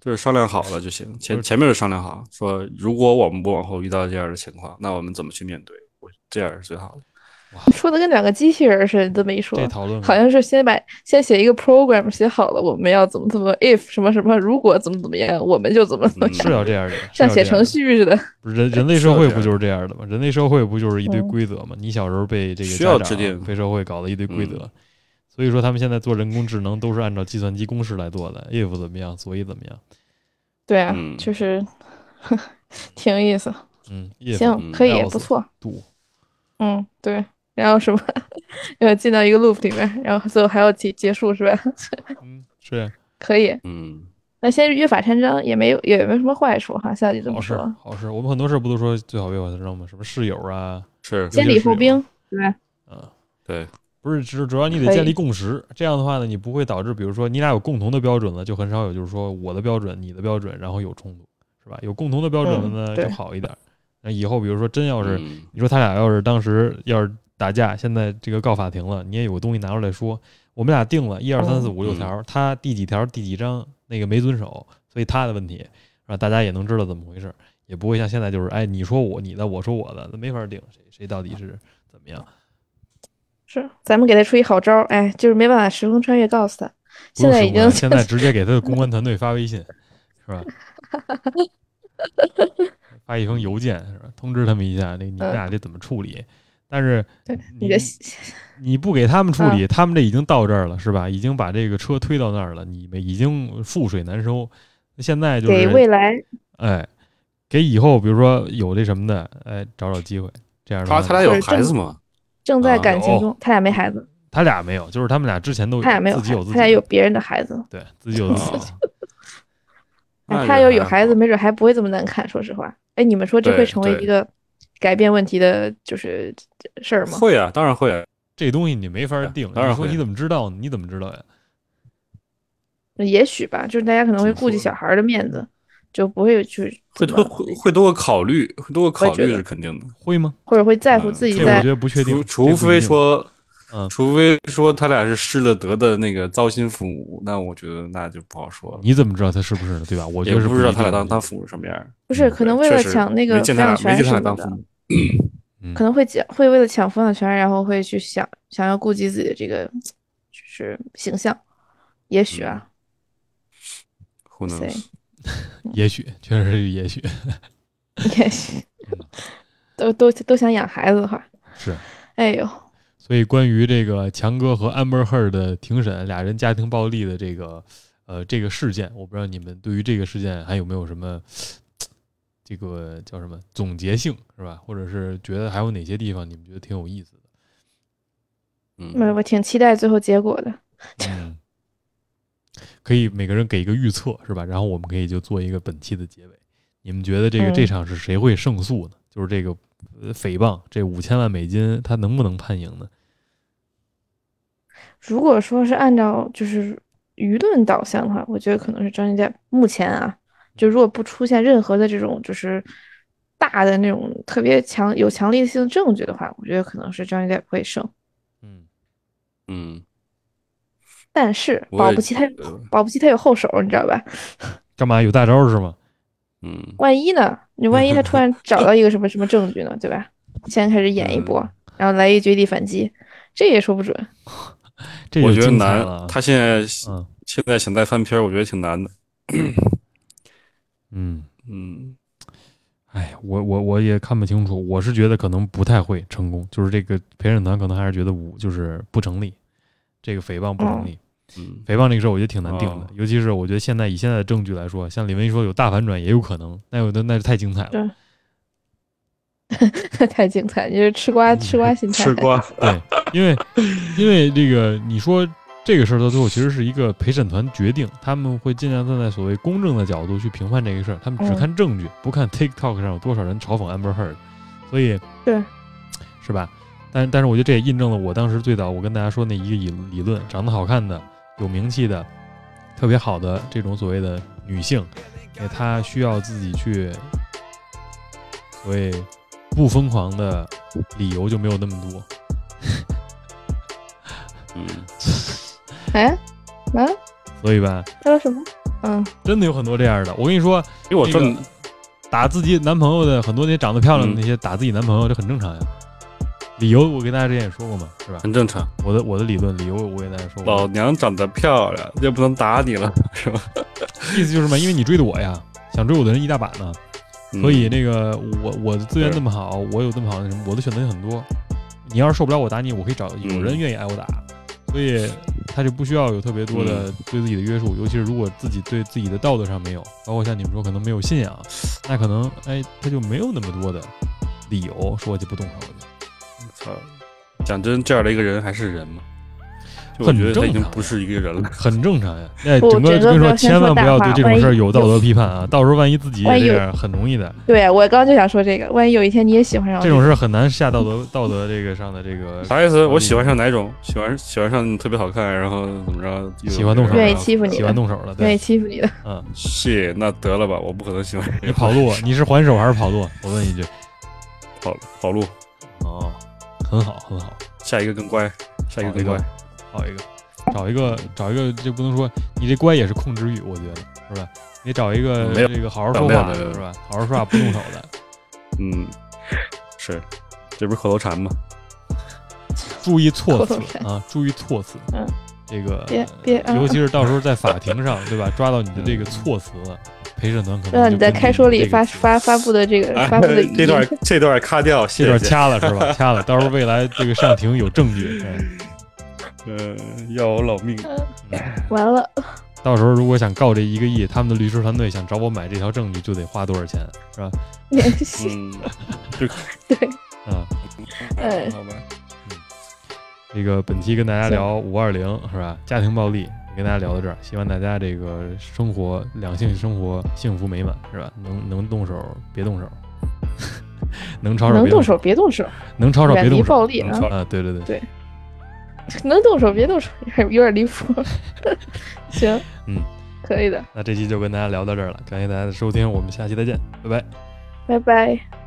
就是商量好了就行。就前是前面就商量好，说如果我们不往后遇到这样的情况，那我们怎么去面对？我这样是最好的。说的跟两个机器人似的，你都没说这。讨论好像是先把先写一个 program 写好了，我们要怎么怎么 if 什么什么，如果怎么怎么样，我们就怎么怎么嗯样，是要啊这样的， [laughs] 像是要这写样程的。序啊似的。不是人人类是社要会这不样就是这样的吗？人类社会不就是一堆嗯规则吗？你小时候被这个需要家制长定被社会搞了一堆规嗯则，所以说他们现在做人工智能都是按照计算机公式来做的，if 怎么样，所以怎么样，对啊，嗯就是 [laughs] 呵呵挺有意思。嗯，if 行，嗯可以， else 不错。度，嗯，对。然后什么， [laughs] 要进到一个 loop 里面，然后最后还要结结束是吧？ [laughs] 嗯，是可以。嗯，那先约法三章也没有，也没什么坏处哈。像你这好么事说，好事。我们很多事儿不都说最好约法三章吗？什么室友啊，是先先礼礼后后兵兵，嗯，对，不是，只主要你得可以建立共识，这样的话呢，你不会导致，比如说你俩有共同的标准了，就很少有就是说我的标准、你的标准，然后有冲突，是吧？有共同的标准了嗯呢，对就好一点儿。那以后比如说真要是嗯你说他俩要是当时要是打架，现在这个告法庭了，你也有个东西拿出来说，我们俩定了一二三四五六条，他第几条第几章那个没遵守，所以他的问题，是吧？大家也能知道怎么回事，也不会像现在就是哎你说我你的我说我的，那没法定谁谁到底是怎么样。是咱们给他出一好招儿，哎，就是没办法时空穿越，告诉他，不用现在说已我 [laughs] 经现在直接给他的公关团队发微 [laughs] 信，是吧？发一封邮件是吧？通知他们一下，那你们俩这怎么处理？但是嗯对你你的嗯你不给他们处理，他们这已经到这儿了，是吧？已经把这个车推到那儿了，你们已经覆水难收。现在就给未是来哎，给以后，比如说有这什么的，哎，找找机会。这样的他话他俩有就是孩正子吗？正在啊感情有中，他俩没孩子，他俩没有，就是他们俩之前都他俩没有自己孩有子，自己他俩有的，别人的孩子。对自己 [laughs] 有自己的哦哎，那他就要有还孩子，好没准还不会这么难看。说实话，哎，你们说这会对成为对一个改变问题的，就是呃事儿吗？会啊，当然会啊。这东西你没法定。当然你说会你怎么知道呢？你怎么知道呀？也许吧，就是大家可能会怎么顾及说小孩儿的面子，就不会去会怎多么会会多个考虑，会多个我也考虑觉得是肯定的。会吗？或者会在乎嗯自己这对我在觉得不确定除，这除不一非定说，嗯除非说他俩是失了德的那个糟心父母，那我觉得那就不好说了。你怎么知道他是不是呢？对吧？我觉也得是不知道一他俩定当的当父母什么样儿。不是嗯可能对为确了实抢那个没见抚他养俩没见权他什俩么当的父母。可能会讲会为了抢抚养权，然后会去想想要顾及自己的这个就是形象，也许啊， Who 谁 knows？也许确实是也许 [laughs] 也许都都都想养孩子的话，是。哎呦，所以，关于这个强哥和 Amber Heard 的庭审，俩人家庭暴力的这个呃这个事件，我不知道你们对于这个事件还有没有什么这个叫什么总结性是吧？或者是觉得还有哪些地方你们觉得挺有意思的？我嗯，我挺期待最后结果的。嗯，可以每个人给一个预测是吧？然后我们可以就做一个本期的结尾。你们觉得这个嗯这场是谁会胜诉呢？就是这个呃诽谤这五千万美金，他能不能判赢呢？如果说是按照就是舆论导向的话，我觉得可能是张艺在目前啊，就嗯如果不出现任何的这种就是大的那种特别强有强力性证据的话，我觉得可能是张艺在会胜。嗯，嗯，但是我保也不齐他觉得保不齐他有后手，你知道吧？干嘛有大招是吗？嗯，万一呢？你万一他突然找到一个什么什么证据呢？对吧？先开始演嗯一波，然后来一绝地反击，这也说不准。 [laughs] 这我就觉得精彩难了。，啊他现在嗯现在想再翻篇儿，我觉得挺难的。嗯，嗯哎，我我我也看不清楚，我是觉得可能不太会成功，就是这个陪审团可能还是觉得无就是不成立，这个诽谤不成立。嗯诽谤这个事儿，我觉得挺难定的，哦尤其是我觉得现在以现在的证据来说，像李文一说有大反转也有可能，那有的那是太精彩了。对太精彩，你是吃瓜吃瓜心态。吃瓜，对，因为 [laughs] 因为这个你说这个事儿到最后其实是一个陪审团决定，他们会尽量站在所谓公正的角度去评判这个事儿，他们只嗯看证据，不看 TikTok 上有多少人嘲讽 Amber Heard，所以对，是吧？但但是我觉得这也印证了我当时最早我跟大家说那一个理理论，长得好看的、有名气的、特别好的这种所谓的女性，哎，她需要自己去所谓不疯狂的理由就没有那么多。嗯，哎，啊，所以吧，他说什么？嗯，真的有很多这样的。我跟你说，因为我这这个么打自己男朋友的很多那些长得漂亮的那些、打自己男朋友，这很正常呀。理由我给大家之前也说过嘛，是吧？很正常，我的我的理论理由我给大家说老过，娘长得漂亮，就不能打你了，是吧？意思就是嘛，因为你追的我呀，想追我的人一大把呢，嗯所以那个我我的资源是这么好，我有这么好的什么，我的选择有很多。你要是受不了我打你，我可以找有嗯人愿意挨我打，所以他就不需要有特别多嗯的对自己的约束，尤其是如果自己对自己的道德上没有，包括像你们说可能没有信仰，那可能哎他就没有那么多的理由说我就不动手了。操，讲真，这样的一个人还是人吗？就我很觉得他已正经常啊不是一个人了。很正 [laughs] 常呀，哎，不整个整个跟你不说，要先千万不说大要话对这种万一事儿有道有德批判啊！到时候万一自己万一也这有样，很容易的。对我刚就想说这个，万一有一天你也喜欢上我这种事儿很难下道德道德这个上的这个啥意思？我嗯喜欢上哪种？喜欢喜欢上你特别好看，然后怎么着？又喜欢动手愿意欺负你喜欢动手了，愿对，意欺负 [laughs] 你的，嗯，是那得了吧，我不可能喜欢你跑路，啊你是还手还是跑路？啊我问一句。跑跑路。哦，很好，很好，下一个更乖，下一个找更一乖个。，找一个，找一个，找一个，这不能说你这乖也是控制欲，我觉得是吧？你找一个嗯没有这个好好说没有话没有没有是吧？好好说话不动手的，嗯，是，这不是口头禅吗？注意措辞 [laughs] 口头禅啊，注意措辞。嗯，这个别别嗯尤其是到时候在法庭上，对吧？抓到你的嗯这个措辞了，陪审团可能让你就在根据开说这里个发词啊发发布的这个发 [laughs] 布的语音哎这 [laughs] 段这段咔掉，这谢段谢。掐了是吧？掐了，到时候未来这个上庭有证据。哎嗯，要我老命。 [laughs] 完了， [laughs] 嗯到时候如果想告这一个亿，他们的律师团队想找我买这条证据，就得花多少钱，是吧？联系嗯，对，嗯，哎好吧。这个本期跟大家聊五二零是吧？家庭暴力，跟大家聊到这儿，希望大家这个生活两性生活幸福美满是吧？能能动手别动手， [laughs] 能吵吵能别动手手，别动手，能吵吵别远离动手暴力能啊吵，啊！对对对，能动手别动手，有点有点离谱。 [laughs] 行，嗯，可以的，那这期就跟大家聊到这儿了，感谢大家的收听，我们下期再见，拜拜。拜拜。